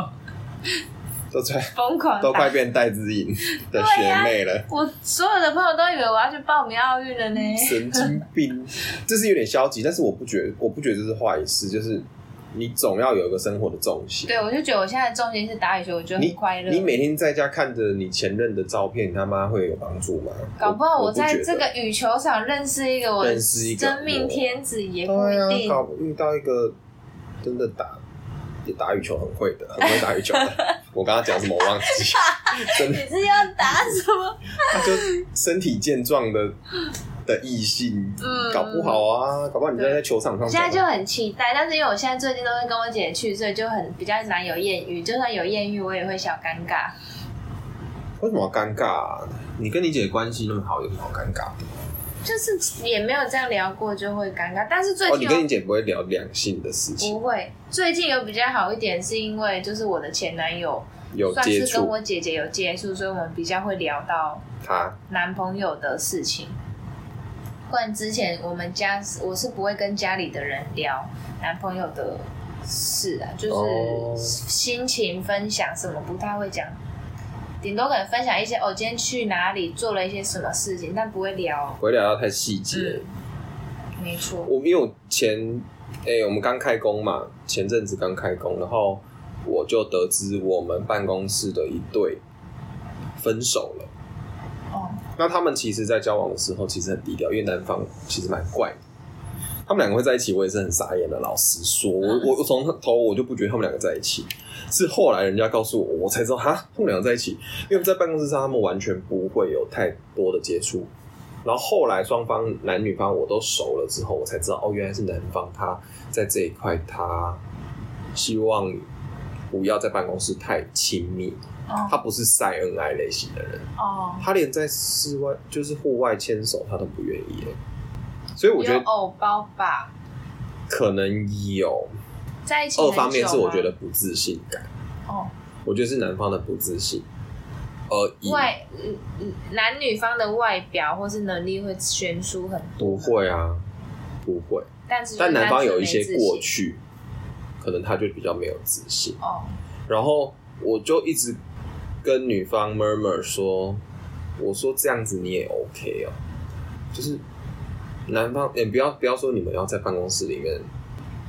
Speaker 1: 都快
Speaker 2: 疯狂
Speaker 1: 都
Speaker 2: 打
Speaker 1: 快。变戴志颖
Speaker 2: 啊
Speaker 1: 的学妹了，
Speaker 2: 我所有的朋友都以为我要去报名奥运了呢。
Speaker 1: 神经病！ 这是有点消极，但是我不觉我不觉得这是坏事，就是你总要有一个生活的重心。
Speaker 2: 对，我就觉得我现在的重心是打羽球，我觉得
Speaker 1: 你
Speaker 2: 很快乐。
Speaker 1: 你每天在家看着你前任的照片，你他妈会有帮助吗？
Speaker 2: 搞不好
Speaker 1: 我
Speaker 2: 我在
Speaker 1: 不觉得
Speaker 2: 这个羽球场认识一个我的
Speaker 1: 认识一个
Speaker 2: 真命天子也不一
Speaker 1: 对
Speaker 2: 定
Speaker 1: 啊，。搞遇到一个真的打也打羽球很会的，很会打羽球 的。我刚刚讲什么我忘记， 真
Speaker 2: 你
Speaker 1: 的，
Speaker 2: 是要打什么？
Speaker 1: 他就身体健壮的的异性，
Speaker 2: 嗯，
Speaker 1: 搞不好啊，搞不好你就在球场上
Speaker 2: 我
Speaker 1: 打。
Speaker 2: 现在就很期待，但是因为我现在最近都是跟我姐去，所以就很比较难有艳遇。就算有艳遇，我也会小尴尬。
Speaker 1: 为什么要尴尬、啊？你跟你姐关系那么好，有什么好尴尬的？
Speaker 2: 就是也没有这样聊过，就会尴尬。但是最
Speaker 1: 哦，你
Speaker 2: 近
Speaker 1: 跟你
Speaker 2: 有
Speaker 1: 姐不会聊两性的事情，
Speaker 2: 不会，最近有比较好一点，是因为就是我的前男友
Speaker 1: 有
Speaker 2: 算
Speaker 1: 接
Speaker 2: 是跟
Speaker 1: 触
Speaker 2: 我姐姐有接触，所以我们比较会聊到
Speaker 1: 她，
Speaker 2: 男朋友的事情。不然之前我们家是我是不会跟家里的人聊男朋友的事啊，就
Speaker 1: 哦
Speaker 2: 是心情分享什么不太会讲，顶多可能分享一些哦，今天去哪里做了一些什么事情，但不会聊。
Speaker 1: 不会聊到太细
Speaker 2: 嗯
Speaker 1: 节。
Speaker 2: 没错，
Speaker 1: 我因为我前哎、我们刚开工嘛，前阵子刚开工，然后我就得知我们办公室的一对分手了。
Speaker 2: 哦，
Speaker 1: 那他们其实，在交往的时候其实很低调，因为男方其实蛮怪的。他们两个会在一起，我也是很傻眼的。老实说，我我我从头我就不觉得他们两个在一起，是后来人家告诉我，我才知道哈，他们两个在一起。因为在办公室上，他们完全不会有太多的接触。然后后来双方男女方我都熟了之后，我才知道哦，原来是男方他在这一块他希望不要在办公室太亲密，他
Speaker 2: 哦，
Speaker 1: 不是晒恩爱类型的人。
Speaker 2: 哦，
Speaker 1: 他连在室外就是户外牵手他都不愿意耶，所以我觉
Speaker 2: 有
Speaker 1: 得
Speaker 2: 偶包吧，
Speaker 1: 可能有
Speaker 2: 在一起
Speaker 1: 二
Speaker 2: 很啊
Speaker 1: 方面
Speaker 2: 久
Speaker 1: 是我
Speaker 2: 吗
Speaker 1: 觉得不自信感，
Speaker 2: 哦，
Speaker 1: 我觉得是男方的不自信而已，
Speaker 2: 外嗯嗯男女方的外表或是能力会悬殊很
Speaker 1: 不，
Speaker 2: 多，
Speaker 1: 会啊，不会，
Speaker 2: 但是就是
Speaker 1: 但男方
Speaker 2: 单纯
Speaker 1: 有一
Speaker 2: 没
Speaker 1: 些
Speaker 2: 自
Speaker 1: 过
Speaker 2: 信
Speaker 1: 去，可能他就比较没有自信。
Speaker 2: 哦，
Speaker 1: 然后我就一直跟女方 murmur 说，我说这样子你也 OK 哦，就是男方也、不要不要说你们要在办公室里面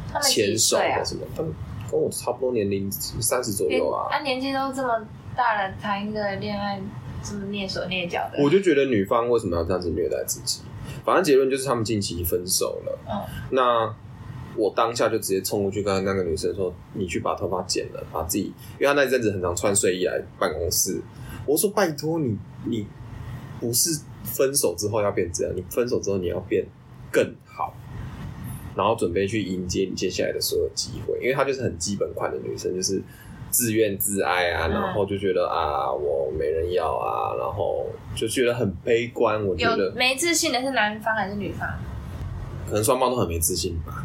Speaker 2: 他们几
Speaker 1: 牵手
Speaker 2: 岁啊
Speaker 1: 或？什么，他们跟我差不多年龄三十左右啊。
Speaker 2: 他哎年纪都这么大了，谈一个恋爱这么蹑手蹑脚的，
Speaker 1: 我就觉得女方为什么要这样子虐待自己？反正结论就是他们近期分手了。
Speaker 2: 嗯
Speaker 1: 那我当下就直接冲过去跟那个女生说：“你去把头发剪了，把自己……因为她那一阵子很常穿睡衣来办公室。”我说：“拜托你，你不是分手之后要变这样，你分手之后你要变更好，然后准备去迎接你接下来的所有机会。”因为她就是很基本款的女生，就是自怨自艾啊，
Speaker 2: 嗯
Speaker 1: 然后就觉得啊我没人要啊，然后就觉得很悲观。我觉
Speaker 2: 有
Speaker 1: 得
Speaker 2: 没自信的是男方还是女方？
Speaker 1: 可能双方都很没自信吧，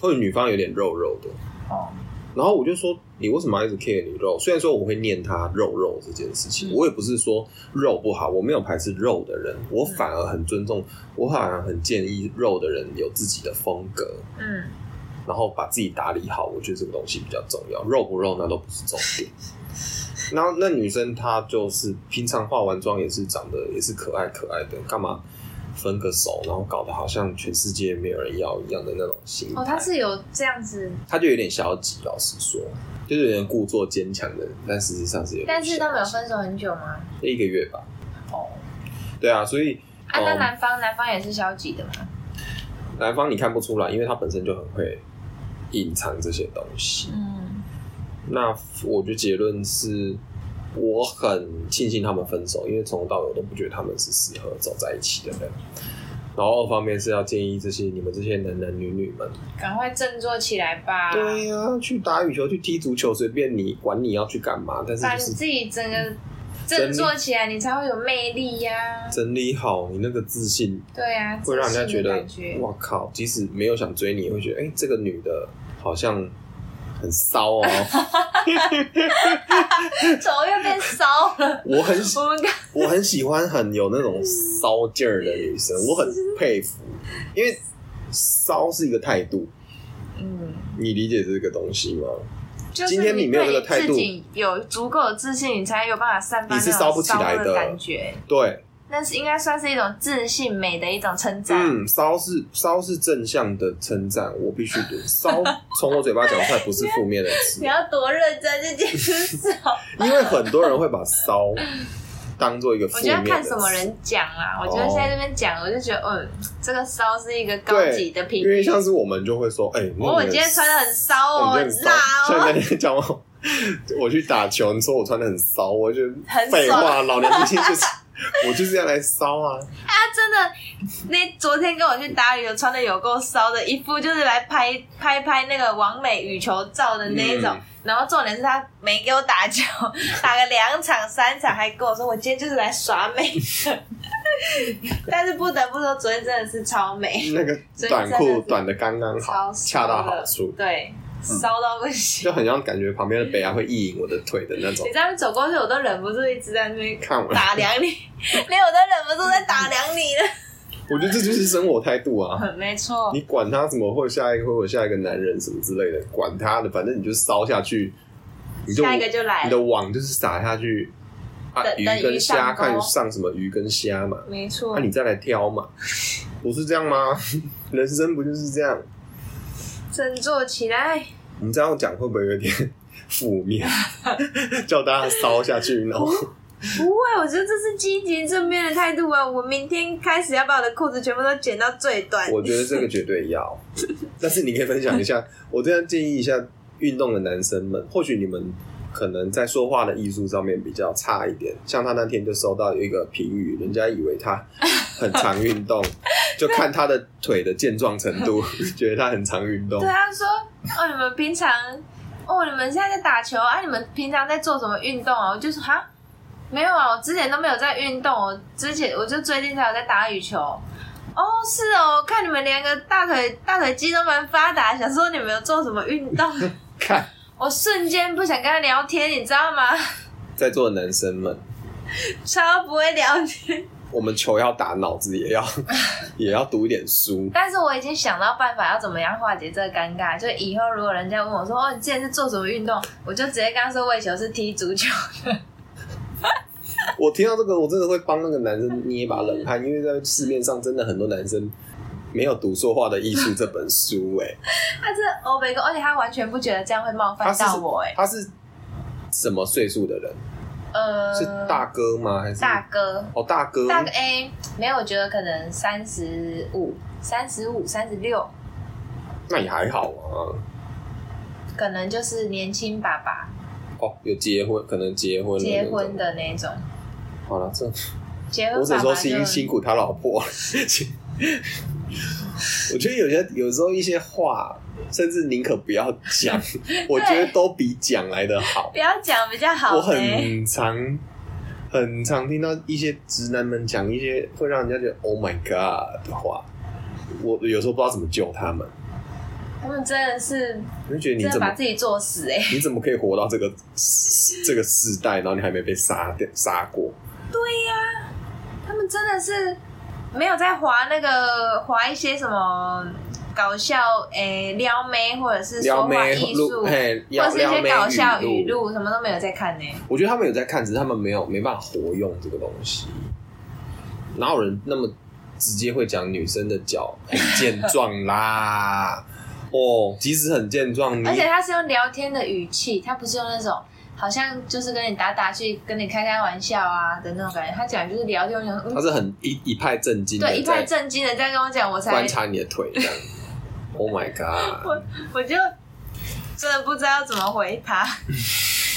Speaker 1: 或者女方有点肉肉的。
Speaker 2: 哦，
Speaker 1: 然后我就说，你为什么要一直 care 你肉？虽然说我会念他肉肉这件事情，
Speaker 2: 嗯
Speaker 1: 我也不是说肉不好，我没有排斥肉的人，我反而很尊重，我反而很建议肉的人有自己的风格，
Speaker 2: 嗯，
Speaker 1: 然后把自己打理好，我觉得这个东西比较重要。肉不肉那都不是重 点。然后那女生她就是平常化完妆也是长得也是可爱可爱的，干嘛分个手，然后搞得好像全世界没有人要一样的那种心态。
Speaker 2: 哦，他是有这样子，
Speaker 1: 他就有点消极，老实说，就是有点故作坚强的，但实际上是有点消
Speaker 2: 但
Speaker 1: 极。
Speaker 2: 是他们有分手很久吗？
Speaker 1: 一个月吧，
Speaker 2: 哦，
Speaker 1: 对啊，所以
Speaker 2: 啊，那
Speaker 1: 嗯
Speaker 2: 男方男方也是消极的嘛？
Speaker 1: 男方你看不出来，因为他本身就很会隐藏这些东西。
Speaker 2: 嗯，
Speaker 1: 那我觉得结论是，我很庆幸他们分手，因为从头到尾我都不觉得他们是适合走在一起的人。然后二方面是要建议这些你们这些男男女女们，
Speaker 2: 赶快振作起来吧。
Speaker 1: 对啊呀、去打羽球、去踢足球，随便你，管你要去干嘛，但是
Speaker 2: 把
Speaker 1: 就
Speaker 2: 你
Speaker 1: 是嗯
Speaker 2: 自己整个振作起来，你才会有魅力呀、
Speaker 1: 整理好你那个自信，
Speaker 2: 对呀、
Speaker 1: 会让人家
Speaker 2: 自
Speaker 1: 觉
Speaker 2: 信的
Speaker 1: 得
Speaker 2: 感觉，
Speaker 1: 哇靠！即使没有想追你，也会觉得哎、这个女的好像很骚 哦。
Speaker 2: 怎么又变骚 了？
Speaker 1: 我很喜
Speaker 2: 我们刚
Speaker 1: 我很喜欢很有那种骚劲儿的女 生，我很佩服，因为骚是一个态度，
Speaker 2: 嗯，
Speaker 1: 你理解这个东西吗？
Speaker 2: 就是
Speaker 1: 今天你没有这个态度
Speaker 2: 对自己有足够的自信，你才有办法散发
Speaker 1: 你是
Speaker 2: 那
Speaker 1: 骚
Speaker 2: 种
Speaker 1: 不起来
Speaker 2: 的
Speaker 1: 的
Speaker 2: 感觉。
Speaker 1: 对，
Speaker 2: 那是应该算是一种自信美的一种称赞。
Speaker 1: 嗯，骚是骚是正向的称赞，我必须读 骚从我嘴巴讲出来不是负面的词
Speaker 2: 你，要多认真这件事 哦！
Speaker 1: 因为很多人会把骚当做一个
Speaker 2: 我
Speaker 1: 负
Speaker 2: 觉得
Speaker 1: 面的
Speaker 2: 要
Speaker 1: 哦
Speaker 2: 看
Speaker 1: 词
Speaker 2: 什。么人讲啦。我觉得现在这边讲，我就觉得，嗯，这个骚是一个高级的评
Speaker 1: 因为
Speaker 2: 语。
Speaker 1: 像是我们就会说，哎、那
Speaker 2: 哦，我
Speaker 1: 你
Speaker 2: 今天穿的很骚哦，
Speaker 1: 你
Speaker 2: 很
Speaker 1: 真的
Speaker 2: 辣
Speaker 1: 骚像
Speaker 2: 哦。
Speaker 1: 你那天讲我，我去打球，你说我穿的很骚，我就
Speaker 2: 很
Speaker 1: 废话，
Speaker 2: 爽
Speaker 1: 老娘今天就是 我就是要来骚啊！
Speaker 2: 他真的，那昨天跟我去打羽球，穿的有够骚的，一副就是来拍拍拍那个完美羽球照的那一种。
Speaker 1: 嗯
Speaker 2: 然后重点是他没给我打球，打个两场三场，还跟我说我今天就是来耍美 的。但是不得不说，昨天真的是超美，
Speaker 1: 那个
Speaker 2: 所以
Speaker 1: 短
Speaker 2: 真的
Speaker 1: 裤
Speaker 2: 是
Speaker 1: 短的刚刚好，
Speaker 2: 超
Speaker 1: 恰
Speaker 2: 骚
Speaker 1: 到
Speaker 2: 的
Speaker 1: 好处，嗯
Speaker 2: 对，骚到不行。
Speaker 1: 就很像感觉旁边的北牙啊会意淫我的腿的那种
Speaker 2: 你。在那边走过去，我都忍不住一直在那边
Speaker 1: 看我，
Speaker 2: 打量你，连我都忍不住在打量你了。
Speaker 1: 我觉得这就是生活态度啊。
Speaker 2: 没错
Speaker 1: 你，管他怎么会有下一个会有下一个男人什么之类的，管他的，反正你就烧下去，你就
Speaker 2: 下一个就来
Speaker 1: 你的网就是撒下去啊，
Speaker 2: 等
Speaker 1: 鱼
Speaker 2: 等鱼
Speaker 1: 跟虾
Speaker 2: 上钩
Speaker 1: 看上什么鱼跟虾嘛，
Speaker 2: 没错
Speaker 1: 那、，你再来挑嘛，不是这样吗？ 人生不就是这样？
Speaker 2: 振作起来。
Speaker 1: 我们这样讲会不会有点 负面？叫大家烧下去， 然后
Speaker 2: 不会，我觉得这是积极正面的态度啊！我明天开始要把我的裤子全部都剪到最短。
Speaker 1: 我觉得这个绝对 要。但是你可以分享一下，我这样建议一下运动的男生们，或许你们可能在说话的艺术上面比较差一点。像他那天就收到一个评语，人家以为他很常运动，就看他的腿的健壮程度，觉得他很常运动
Speaker 2: 对。啊，说哦，你们平常哦，你们现在在打球啊？你们平常在做什么运动啊？我就说哈，没有啊，我之前都没有在运动，我之前我就最近才有在打羽球。哦，是哦，看你们连个大腿大腿肌都蛮发达，想说你们有做什么运动？
Speaker 1: 看
Speaker 2: 我瞬间不想跟他聊天，你知道吗？
Speaker 1: 在座的男生们，
Speaker 2: 超不会聊天，
Speaker 1: 我们球要打，脑子也要 也要读一点书。
Speaker 2: 但是我已经想到办法要怎么样化解这个尴尬。就以后如果人家问我说：“哦，你之前是做什么运动？”我就直接跟他说：“我以前是踢足球。”
Speaker 1: 我听到这个，我真的会帮那个男生捏一把冷汗，因为在市面上真的很多男生没有读《说话的艺术》这本书、欸，哎，
Speaker 2: 他是欧北哥，而且他完全不觉得这样会冒
Speaker 1: 他
Speaker 2: 犯
Speaker 1: 是
Speaker 2: 到我、欸，哎，
Speaker 1: 他是什么岁数的人？
Speaker 2: 呃，
Speaker 1: 是大哥吗？还是
Speaker 2: 大哥，
Speaker 1: 哦大哥？
Speaker 2: 大哥 A 没有，我觉得可能三十五、三十五、三十六，
Speaker 1: 那也还好啊。
Speaker 2: 可能就是年轻爸爸
Speaker 1: 哦，有结婚，可能结婚了那
Speaker 2: 结
Speaker 1: 种
Speaker 2: 婚。的那种，
Speaker 1: 好了，这
Speaker 2: 结婚
Speaker 1: 我只能
Speaker 2: 爸
Speaker 1: 说
Speaker 2: 爸就
Speaker 1: 辛辛苦他老婆。 我觉得有些有时候一些话，甚至宁可不要 讲，我觉得都比讲来的好
Speaker 2: 不。要讲比较好、
Speaker 1: 我
Speaker 2: 欸，
Speaker 1: 很常很常听到一些直男们讲一些会让人家觉得 “Oh my God” 的话，我有时候不知道怎么救他们，
Speaker 2: 他们真的是
Speaker 1: 我就觉得你
Speaker 2: 真的
Speaker 1: 怎
Speaker 2: 把
Speaker 1: 么
Speaker 2: 自己作死、欸，哎，
Speaker 1: 你怎么可以活到这个这个世代，然后你还没被杀掉杀过？
Speaker 2: 他们真的是没有在划那个划一些什么搞笑，哎、撩妹或者是
Speaker 1: 撩
Speaker 2: 说话
Speaker 1: 妹
Speaker 2: 艺术
Speaker 1: 录，。嘿，
Speaker 2: 或
Speaker 1: 撩
Speaker 2: 者是一
Speaker 1: 撩
Speaker 2: 些
Speaker 1: 妹
Speaker 2: 搞笑语
Speaker 1: 语录，
Speaker 2: 录，什么都没有在看呢、欸
Speaker 1: 我觉得他们有在看，只是他们没有没办法活用这个东西。哪有人那么直接会讲女生的脚很健壮啦？ 哦，即使很健壮，你
Speaker 2: 而且他是用聊天的语气，他不是用那种好像就是跟你打打趣、跟你开开玩笑啊的那种感觉。他讲就是聊天，我想说
Speaker 1: 他
Speaker 2: 嗯，
Speaker 1: 是很一一派正经
Speaker 2: 对，
Speaker 1: 的
Speaker 2: 一
Speaker 1: 在
Speaker 2: 派正经的在跟我讲，我才
Speaker 1: 观察你的腿这样。Oh my god！
Speaker 2: 我就真的不知道怎么 回他，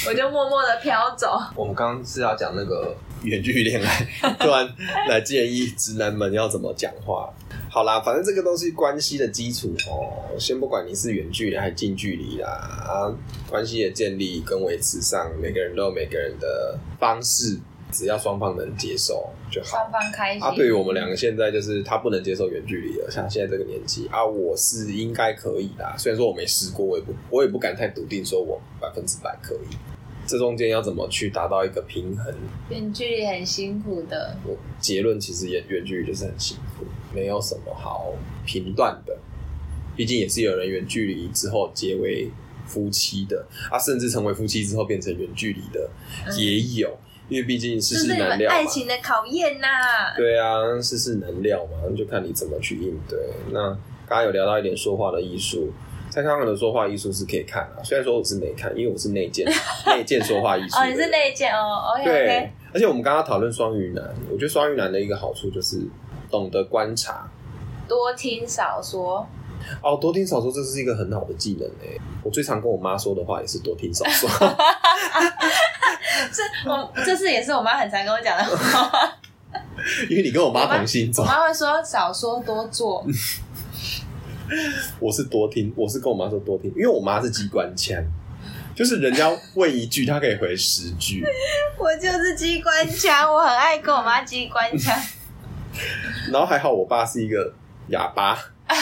Speaker 2: 我就默默的飘走。
Speaker 1: 我们刚刚是要讲那个远距离恋爱，突然来建议直男们要怎么讲话。好啦，反正这个东西关系的基础哦，先不管你是远距离还是近距离啦，啊，关系的建立跟维持上，每个人都有每个人的方式，只要双方能接受就好。
Speaker 2: 双方开心。
Speaker 1: 啊，对于我们两个现在就是他不能接受远距离了，像现在这个年纪啊，我是应该可以啦。虽然说我没试过，我也不我也不敢太笃定说我百分之百可以。这中间要怎么去达到一个平衡？
Speaker 2: 远距离很辛苦的，
Speaker 1: 我结论其实也远距离就是很辛苦，没有什么好评断的。毕竟也是有人远距离之后结为夫妻的啊，甚至成为夫妻之后变成远距离的、
Speaker 2: 嗯
Speaker 1: 也有，因为毕竟
Speaker 2: 这
Speaker 1: 世
Speaker 2: 是
Speaker 1: 事
Speaker 2: 你
Speaker 1: 难
Speaker 2: 们
Speaker 1: 料嘛。
Speaker 2: 爱情的考验呐、
Speaker 1: 对啊，世事难料嘛，就看你怎么去应对。那刚刚有聊到一点说话的艺术，蔡康永的说话艺术是可以看啊，虽然说我是没看，因为我是 内建内建说话艺术的
Speaker 2: 哦，
Speaker 1: 人。
Speaker 2: 你是内建哦，OK
Speaker 1: 对
Speaker 2: OK，，
Speaker 1: 而且我们刚刚讨论双鱼男，我觉得双鱼男的一个好处就是懂得观察。
Speaker 2: 多听少说。
Speaker 1: 哦，多听少说，这是一个很好的技能诶、我最常跟我妈说的话也是多听少说。
Speaker 2: 这我这是也是我妈很常跟我讲 的话。
Speaker 1: 因为你跟我妈同星座
Speaker 2: 我，妈会说少说多 做，
Speaker 1: 我是多听，我是跟我妈说多听，因为我妈是机关枪，就是人家问一句，她可以回十句。
Speaker 2: 我就是机关枪，我很爱跟我妈机关枪。
Speaker 1: 然后还好我爸是一个哑巴，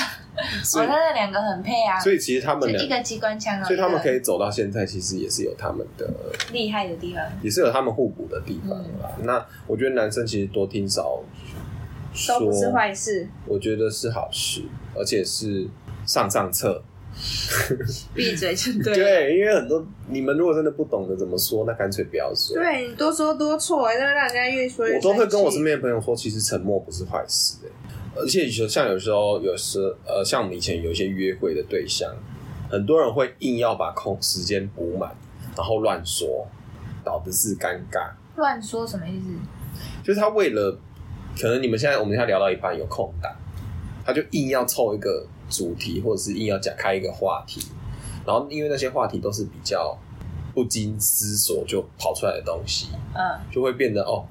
Speaker 1: 所
Speaker 2: 我
Speaker 1: 以
Speaker 2: 那那两个很配啊，
Speaker 1: 所以其实他们
Speaker 2: 就一
Speaker 1: 俩，
Speaker 2: 个机关枪哦，
Speaker 1: 所以他们可
Speaker 2: 以
Speaker 1: 以走到现在，其实也是有他们的，
Speaker 2: 厉害的地方。嗯
Speaker 1: 也是有他们互补的地方啦。那我觉得男生其实多听少
Speaker 2: 都
Speaker 1: 说，
Speaker 2: 不是 坏事，
Speaker 1: 我觉得是好事，而且是上上策。
Speaker 2: 闭嘴就对了。
Speaker 1: 对，因为很多你们如果真的不懂得怎么说，那干脆不要说。
Speaker 2: 对你啊多说多错，欸那让人家越说越
Speaker 1: 我都会跟我身
Speaker 2: 生气
Speaker 1: 边的朋友说，其实沉默不是坏事、欸、而且有像有时候，有时呃，像我们以前有一些约会的对象，很多人会硬要把空时间补满，然后乱说，导致是尴尬。
Speaker 2: 乱说什么意思？
Speaker 1: 就是他为了可能你们现在我们现在聊到一半有空档，他就硬要凑一个主题，或者是硬要讲开一个话题，然后因为那些话题都是比较不经思索就跑出来的东西，
Speaker 2: 嗯
Speaker 1: 就会变得哦，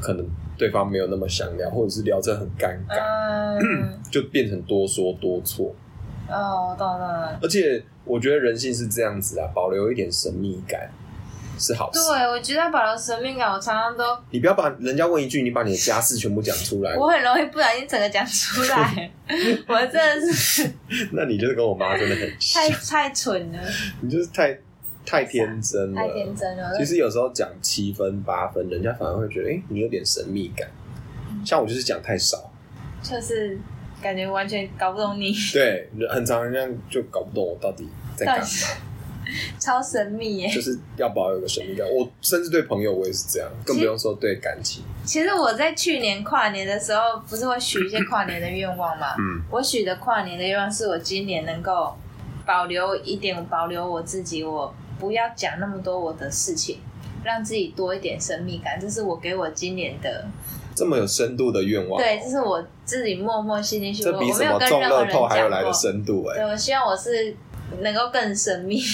Speaker 1: 可能对方没有那么想聊，或者是聊着很尴尬，
Speaker 2: 嗯
Speaker 1: 就变成多说多错。
Speaker 2: 哦，我懂了。
Speaker 1: 而且我觉得人性是这样子啊，保留一点神秘感是好事
Speaker 2: 对。，我觉得要保留神秘感，我常常都
Speaker 1: 你不要把人家问一句，你把你的家事全部讲出来，
Speaker 2: 我很容易不小心整个讲出 来，我真的是
Speaker 1: 那你就是跟我妈真的很像
Speaker 2: 太，太蠢了，
Speaker 1: 你就是太太天真
Speaker 2: 太天
Speaker 1: 了。
Speaker 2: 真了。
Speaker 1: 啊其实有时候讲七分八分，人家反而会觉得，哎、你有点神秘感。像我就是讲太少，
Speaker 2: 就是感觉完全搞不懂你，
Speaker 1: 对，很常人家就搞不懂我到底在
Speaker 2: 到
Speaker 1: 干
Speaker 2: 底
Speaker 1: 嘛。
Speaker 2: 是超神秘耶。
Speaker 1: 就是要保有一个神秘感。我甚至对朋友我也是这样，更不用说对感情。
Speaker 2: 其实我在去年跨年的时候，不是会许一些跨年的愿望嘛？
Speaker 1: 嗯，
Speaker 2: 我许的跨年的愿望是我今年能够保留一点，保留我自己，我不要讲那么多我的事情，让自己多一点神秘感。这是我给我今年的，
Speaker 1: 这么有深度的愿望，
Speaker 2: 对，这是我自己默默心里许，
Speaker 1: 这
Speaker 2: 我
Speaker 1: 比
Speaker 2: 我
Speaker 1: 什
Speaker 2: 没有
Speaker 1: 么
Speaker 2: 跟
Speaker 1: 中
Speaker 2: 任何
Speaker 1: 乐
Speaker 2: 人
Speaker 1: 透还要
Speaker 2: 讲
Speaker 1: 来
Speaker 2: 过
Speaker 1: 的。深度哎、
Speaker 2: 对，我希望我是能够更神秘。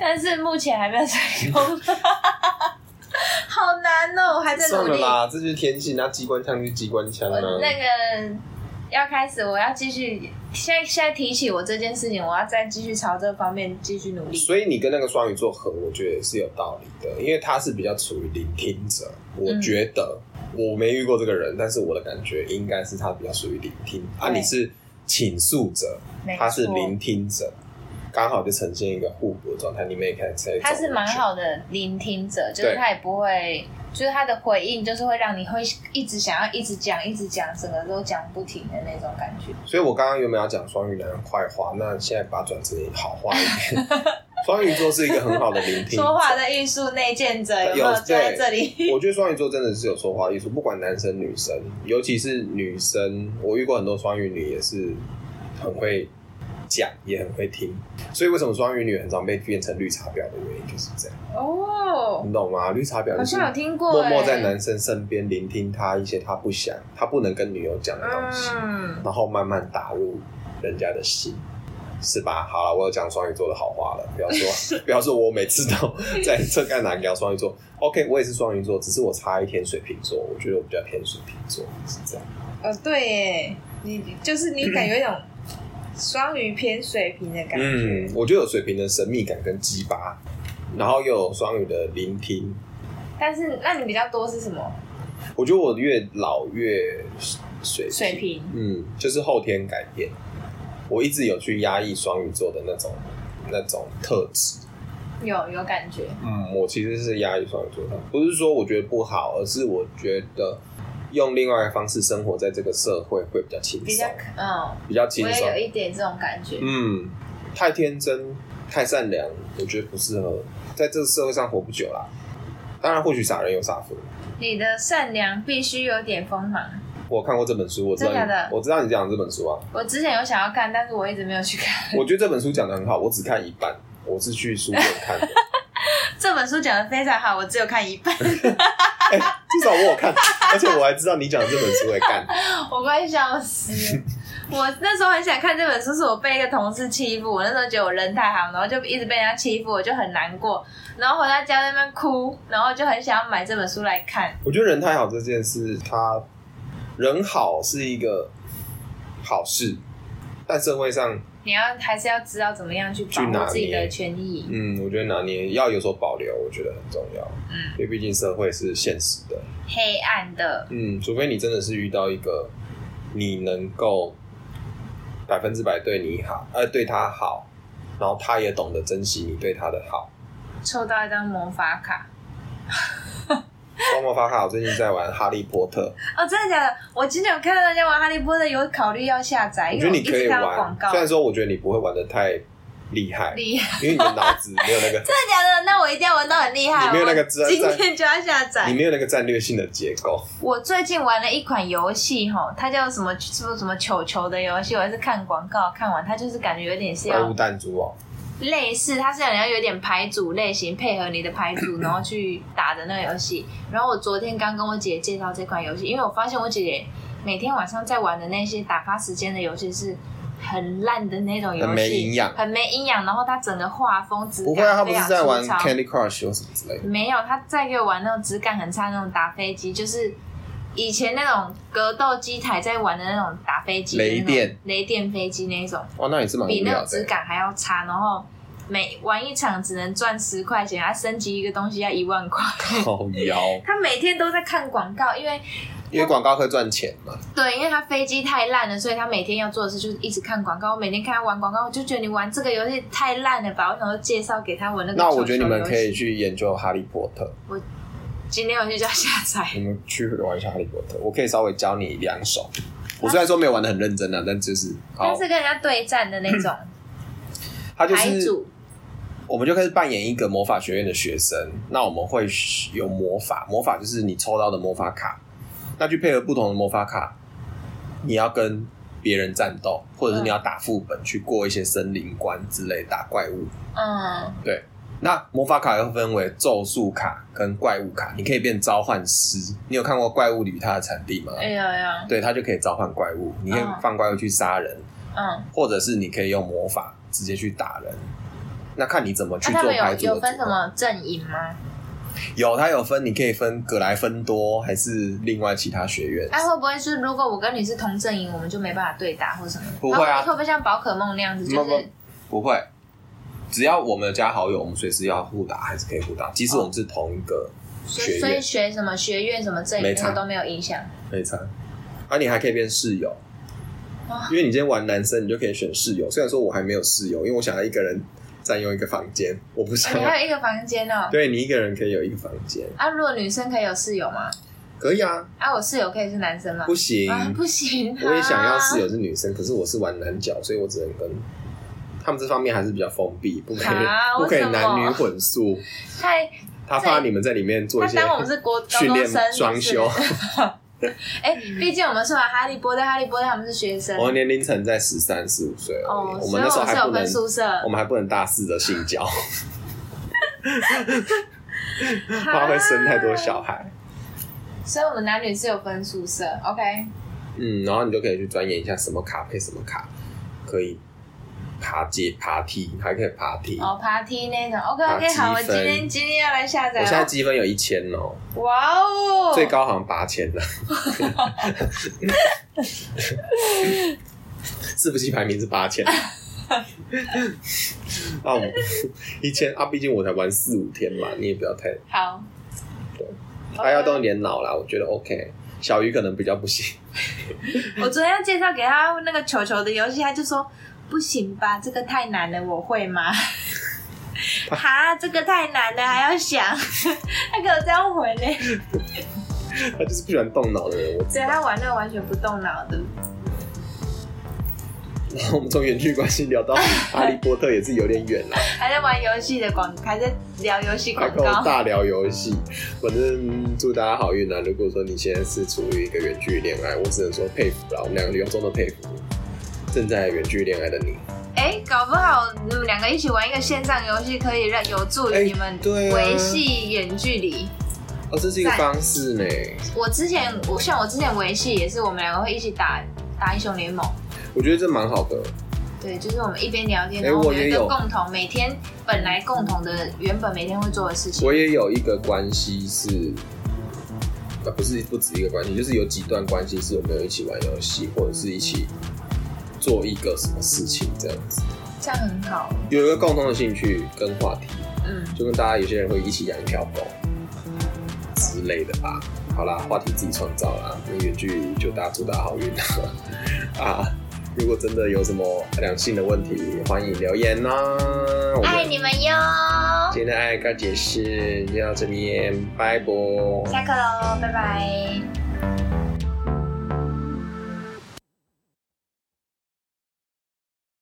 Speaker 2: 但是目前还没有成功， 好难哦，我还在
Speaker 1: 算
Speaker 2: 努
Speaker 1: 了
Speaker 2: 力。
Speaker 1: 啦，这就是天性，那机关枪就机关枪
Speaker 2: 我
Speaker 1: 啊。
Speaker 2: 那个要开始，我要继续。现在现在提起我这件事情，我要再继续朝这方面继续努力。
Speaker 1: 所以你跟那个双鱼座合，我觉得也是有道理的，因为他是比较处于聆听者。我
Speaker 2: 嗯
Speaker 1: 觉得、我没遇过这个人，但是我的感觉应该是他比较属于聆听啊，
Speaker 2: 对
Speaker 1: 你是倾诉者，
Speaker 2: 没
Speaker 1: 他是
Speaker 2: 错
Speaker 1: 聆听者，刚好就呈现一个互补的状态。你们也可以在这
Speaker 2: 他是
Speaker 1: 种
Speaker 2: 蛮
Speaker 1: 人群
Speaker 2: 好的聆听者，就是
Speaker 1: 对
Speaker 2: 他也不会，就是他的回应就是会让你会一直想要一直讲一直讲，整个都讲不停的那种感觉。
Speaker 1: 所以我刚刚原本要讲双鱼男坏话，那现在把它转成好话一点。双鱼座是一个很好的聆听者 呃
Speaker 2: 说话的艺术内建者有没
Speaker 1: 有
Speaker 2: 有就在
Speaker 1: 对
Speaker 2: 这里？
Speaker 1: 我觉得双鱼座真的是有说话艺术，不管男生女生，尤其是女生，我遇过很多双鱼女也是很会讲，也很会听。所以为什么双鱼女很常被变成绿茶婊的原因就是这样，
Speaker 2: 哦，
Speaker 1: 你懂吗？绿 茶婊
Speaker 2: 好
Speaker 1: 就是
Speaker 2: 像有听过、
Speaker 1: 默
Speaker 2: 欸，
Speaker 1: 默在男生身边聆听他一些他不想、他不能跟女友讲的东西。
Speaker 2: 嗯，
Speaker 1: 然后慢慢打入人家的心，是吧？好了，我有讲双鱼座的好话了，不要 说不要说我每次都在这干哪聊双鱼座。OK，我也是双鱼座，只是我差一天水瓶座，我觉得我比较偏水瓶座，是这样。
Speaker 2: 呃，对耶，你就是你感 觉有一种双鱼偏水平的感觉，
Speaker 1: 嗯，我觉得有水瓶的神秘感跟鸡巴，然后又有双鱼的聆听。
Speaker 2: 但是那你比较多是什么？
Speaker 1: 我觉得我越老越水瓶
Speaker 2: 水瓶
Speaker 1: 嗯，就是后天改变。我一直有去压抑双鱼座的那种那种特质，
Speaker 2: 有有感觉，
Speaker 1: 嗯，我其实是压抑双鱼座的，不是说我觉得不好，而是我觉得用另外一个方式生活在这个社会会比较轻
Speaker 2: 比
Speaker 1: 松
Speaker 2: 较，可嗯，
Speaker 1: 比较
Speaker 2: 我
Speaker 1: 轻
Speaker 2: 也
Speaker 1: 松
Speaker 2: 有。一点这种感觉，
Speaker 1: 嗯，太天真、太善良，我觉得不适合在这个社会上活不久啦。当然，或许傻人有傻福。
Speaker 2: 你的善良必须有点锋芒。
Speaker 1: 我看过这本书，我知道你
Speaker 2: 真的假的
Speaker 1: 我知道你讲的这本书 啊。
Speaker 2: 我之前有想要看，但是我一直没有去看。
Speaker 1: 我觉得这本书讲的很好，我只看一半，我是去书店 看的。
Speaker 2: 这本书讲的非常好，我只有看一半。
Speaker 1: 哎、至少我有看，而且我还知道你讲的这本书会干。
Speaker 2: 我快笑死了！我那时候很想看这本书，是我被一个同事欺负，我那时候觉得我人太好，然后就一直被人家欺负，我就很难过，然后回到家在那边哭，然后就很想要买这本书来看。
Speaker 1: 我觉得人太好这件事，他人好是一个好事，但社会上，
Speaker 2: 你要还是要知道怎么样去保
Speaker 1: 去拿
Speaker 2: 护
Speaker 1: 捏
Speaker 2: 自己的权益，
Speaker 1: 嗯，我觉得拿捏要有所保留，我觉得很重要。
Speaker 2: 嗯，
Speaker 1: 因为毕竟社会是现实的，
Speaker 2: 黑暗的，
Speaker 1: 嗯，除非你真的是遇到一个你能够百分之百对你好，呃，对他好，然后他也懂得珍惜你对他的好，
Speaker 2: 抽到一张魔法卡，
Speaker 1: 双魔法卡，我最近在玩《哈利波特
Speaker 2: 哦，真的假的？我今天有看到大家玩《哈利波特》，有考虑要下载，》，
Speaker 1: 我
Speaker 2: 因
Speaker 1: 觉得
Speaker 2: 为我
Speaker 1: 你
Speaker 2: 一
Speaker 1: 可以
Speaker 2: 直看到广
Speaker 1: 玩，
Speaker 2: 告
Speaker 1: 虽。然说我觉得你不会玩的太厉害，
Speaker 2: 厉害，
Speaker 1: 因为你的脑子没有那个，
Speaker 2: 真的假的？那我一定要玩到很厉害。
Speaker 1: 你没有那个
Speaker 2: 我
Speaker 1: 自然
Speaker 2: 今
Speaker 1: 战
Speaker 2: 天就要下载
Speaker 1: 你。没有那个战略性的结构。
Speaker 2: 我最近玩了一款游戏，哈，它叫什么什么什么球球的游戏，我还是看广告看完，它就是感觉有点是
Speaker 1: 怪
Speaker 2: 要
Speaker 1: 物弹珠哦，
Speaker 2: 类似，它是好像有点牌组类型，配合你的牌组，然后去打的那个游戏。然后我昨天刚跟我姐介绍这款游戏，因为我发现我姐姐每天晚上在玩的那些打发时间的游戏是很烂的那种游戏，
Speaker 1: 很没营养
Speaker 2: 很没营养。然后它整个画风质
Speaker 1: 不
Speaker 2: 感
Speaker 1: 会啊，他不
Speaker 2: 非常
Speaker 1: 是在玩
Speaker 2: 粗糙
Speaker 1: Candy Crush 或什么之类的。
Speaker 2: 没有，他在给我玩那种质感很差的那种打飞机，就是以前那种格斗机台在玩的那种打飞机，
Speaker 1: 雷电
Speaker 2: 雷电飞机那一种，
Speaker 1: 哇，那也是蛮无
Speaker 2: 比那
Speaker 1: 聊
Speaker 2: 种质
Speaker 1: 的。
Speaker 2: 感还要差。然后每玩一场只能赚十块钱，他升级一个东西要一万块。
Speaker 1: 好妖，
Speaker 2: 他每天都在看广告，因为
Speaker 1: 因为广告会赚钱嘛。
Speaker 2: 对，因为他飞机太烂了，所以他每天要做的事就是一直看广告。我每天看他玩广告，我就觉得你玩这个游戏太烂了吧？我想说介绍给他玩那个。
Speaker 1: 那我觉得你们可，以去研究《哈利波特》，
Speaker 2: 今天我就叫他下载。
Speaker 1: 你们去玩一下《哈利波特》，我可以稍微教你两首。我虽然说没有玩的很认真啊，但就是
Speaker 2: 他
Speaker 1: 好
Speaker 2: 是，跟人家对战的那种
Speaker 1: 它就
Speaker 2: 牌
Speaker 1: 是
Speaker 2: 组，
Speaker 1: 我们就开始扮演一个魔法学院的学生。那我们会有魔法，魔法就是你抽到的魔法卡，那去配合不同的魔法卡，你要跟别人战斗，或者是你要打副本去过一些森林关之类，打怪物。
Speaker 2: 嗯，
Speaker 1: 对，那魔法卡又分为咒术卡跟怪物卡，你可以变召唤师。你有看过《怪物旅》它的产地吗？
Speaker 2: 哎呀呀，
Speaker 1: 对，它就可以召唤怪物，你可以
Speaker 2: 嗯
Speaker 1: 放怪物去杀人，
Speaker 2: 嗯，啊，
Speaker 1: 或者是你可以用魔法直接去打人。那看你怎么去
Speaker 2: 哎他
Speaker 1: 做
Speaker 2: 们
Speaker 1: 牌
Speaker 2: 有
Speaker 1: 组
Speaker 2: 有
Speaker 1: 的
Speaker 2: 分
Speaker 1: 组
Speaker 2: 什
Speaker 1: 合。
Speaker 2: 么阵营吗？
Speaker 1: 有，它有分，你可以分格莱芬多还是另外其他学院。
Speaker 2: 哎、会不会是如果我跟你是同阵营，我们就没办法对打或什么？
Speaker 1: 不会啊
Speaker 2: 然后会不会像宝可梦那样子，就
Speaker 1: 不
Speaker 2: 是
Speaker 1: 不会，只要我们加好友，我们随时要互打还是可以互打，即使我们是同一个
Speaker 2: 所
Speaker 1: 学
Speaker 2: 以哦所以
Speaker 1: 院，
Speaker 2: 学什么学院什么阵
Speaker 1: 没
Speaker 2: 营，
Speaker 1: 差
Speaker 2: 那个都没有影 响。
Speaker 1: 没差。而、你还可以变室友
Speaker 2: 哇，
Speaker 1: 因为你今天玩男生，你就可以选室友。虽然说我还没有室友，因为我想要一个人占用一个房间，我不
Speaker 2: 哦
Speaker 1: 想
Speaker 2: 你
Speaker 1: 要。
Speaker 2: 还有一个房间哦。
Speaker 1: 对你一个人可以有一个房间，
Speaker 2: 啊，如果女生可以有室友吗？
Speaker 1: 可以啊，
Speaker 2: 啊，我室友可以是男生吗？
Speaker 1: 不行，
Speaker 2: 啊，不行、啊。
Speaker 1: 我也想要室友是女生，可是我是玩男角，所以我只能跟他们这方面还是比较封闭，不可以、
Speaker 2: 啊
Speaker 1: 不可以
Speaker 2: 为什么
Speaker 1: 男女混宿。
Speaker 2: 太
Speaker 1: 他怕你们在里面做
Speaker 2: 他
Speaker 1: 一些
Speaker 2: 当我们是国高
Speaker 1: 训
Speaker 2: 中
Speaker 1: 练
Speaker 2: 生
Speaker 1: 装修，
Speaker 2: 是不是 哎、毕竟我们是玩哈利波特，哈利波特他们是学 生
Speaker 1: 我们年龄层在十三十五岁而已
Speaker 2: 哦，
Speaker 1: 哦我
Speaker 2: 所
Speaker 1: 们
Speaker 2: 以
Speaker 1: 那时
Speaker 2: 我
Speaker 1: 候
Speaker 2: 们是
Speaker 1: 还
Speaker 2: 有
Speaker 1: 不能
Speaker 2: 分，宿舍。
Speaker 1: 我们还不能大肆的性 交，怕
Speaker 2: 怕
Speaker 1: 会生太多小。孩。
Speaker 2: 所以我们男女是有分宿舍，OK？
Speaker 1: 嗯，然后你就可以去钻研一下什么卡配什么卡，可以爬阶、爬梯，还可以爬梯。
Speaker 2: 哦，爬梯那种，OK
Speaker 1: 爬
Speaker 2: OK，
Speaker 1: 积
Speaker 2: 好，我
Speaker 1: 分
Speaker 2: 今天今天要来下载
Speaker 1: 我现在
Speaker 2: 了。
Speaker 1: 积分有一千哦，
Speaker 2: 哇哦，
Speaker 1: 最高好像八千了。伺服器排名是八千。啊，我一千啊，毕竟我才玩四五天嘛，你也不要太
Speaker 2: 好。
Speaker 1: 大家都年老啦，我觉得 OK。小鱼可能比较不行，
Speaker 2: 我昨天要介绍给他那个球球的游戏，他就说不行吧，这个太难了，我 会吗？哈，这个太难了，还要想， 他给我这样回呢。
Speaker 1: 他就是不喜欢动脑的人。我知
Speaker 2: 所以
Speaker 1: 道。
Speaker 2: 他玩那个完全不动脑的。
Speaker 1: 然后我们从远距关系聊到哈利波特也是有点远啦，
Speaker 2: 还在玩游戏的广，还在聊游戏
Speaker 1: 还
Speaker 2: 广
Speaker 1: 跟我
Speaker 2: 告。
Speaker 1: 大聊游戏。反正祝大家好运啊啦！如果说你现在是处于一个远距恋爱，我只能说佩服啦，我们两个由衷的佩服正在远距恋爱的你。
Speaker 2: 哎、搞不好你们两个一起玩一个线上游戏，可以让有助
Speaker 1: 哎
Speaker 2: 于你们
Speaker 1: 对啊
Speaker 2: 维系远距离。
Speaker 1: 哦，这是一个方式呢。
Speaker 2: 我之前，我像我之前维系也是，我们两个会一起打打英雄联盟。
Speaker 1: 我觉得这蛮好的。
Speaker 2: 对，就是我们一边聊天，
Speaker 1: 哎
Speaker 2: 然后我
Speaker 1: 我
Speaker 2: 们有
Speaker 1: 也
Speaker 2: 一个
Speaker 1: 有
Speaker 2: 共同每天本来共同的原本每天会做的事情
Speaker 1: 我。也有一个关系是，啊，不是不止一个关系，就是有几段关系是我们有一起玩游戏，或者是一起做一个什么事情这样子，
Speaker 2: 这样很好。
Speaker 1: 有一个共同的兴趣跟话题，
Speaker 2: 嗯，
Speaker 1: 就跟大家有些人会一起养一条狗之类的吧。好啦，话题自己创造啦，那远距离就大家祝大家好运啦 啊！如果真的有什么两性的问题，欢迎留言啦。我
Speaker 2: 爱
Speaker 1: 们
Speaker 2: 你哦们哟！
Speaker 1: 今天的爱告解释就到这边，拜拜。
Speaker 2: 下课喽，拜拜。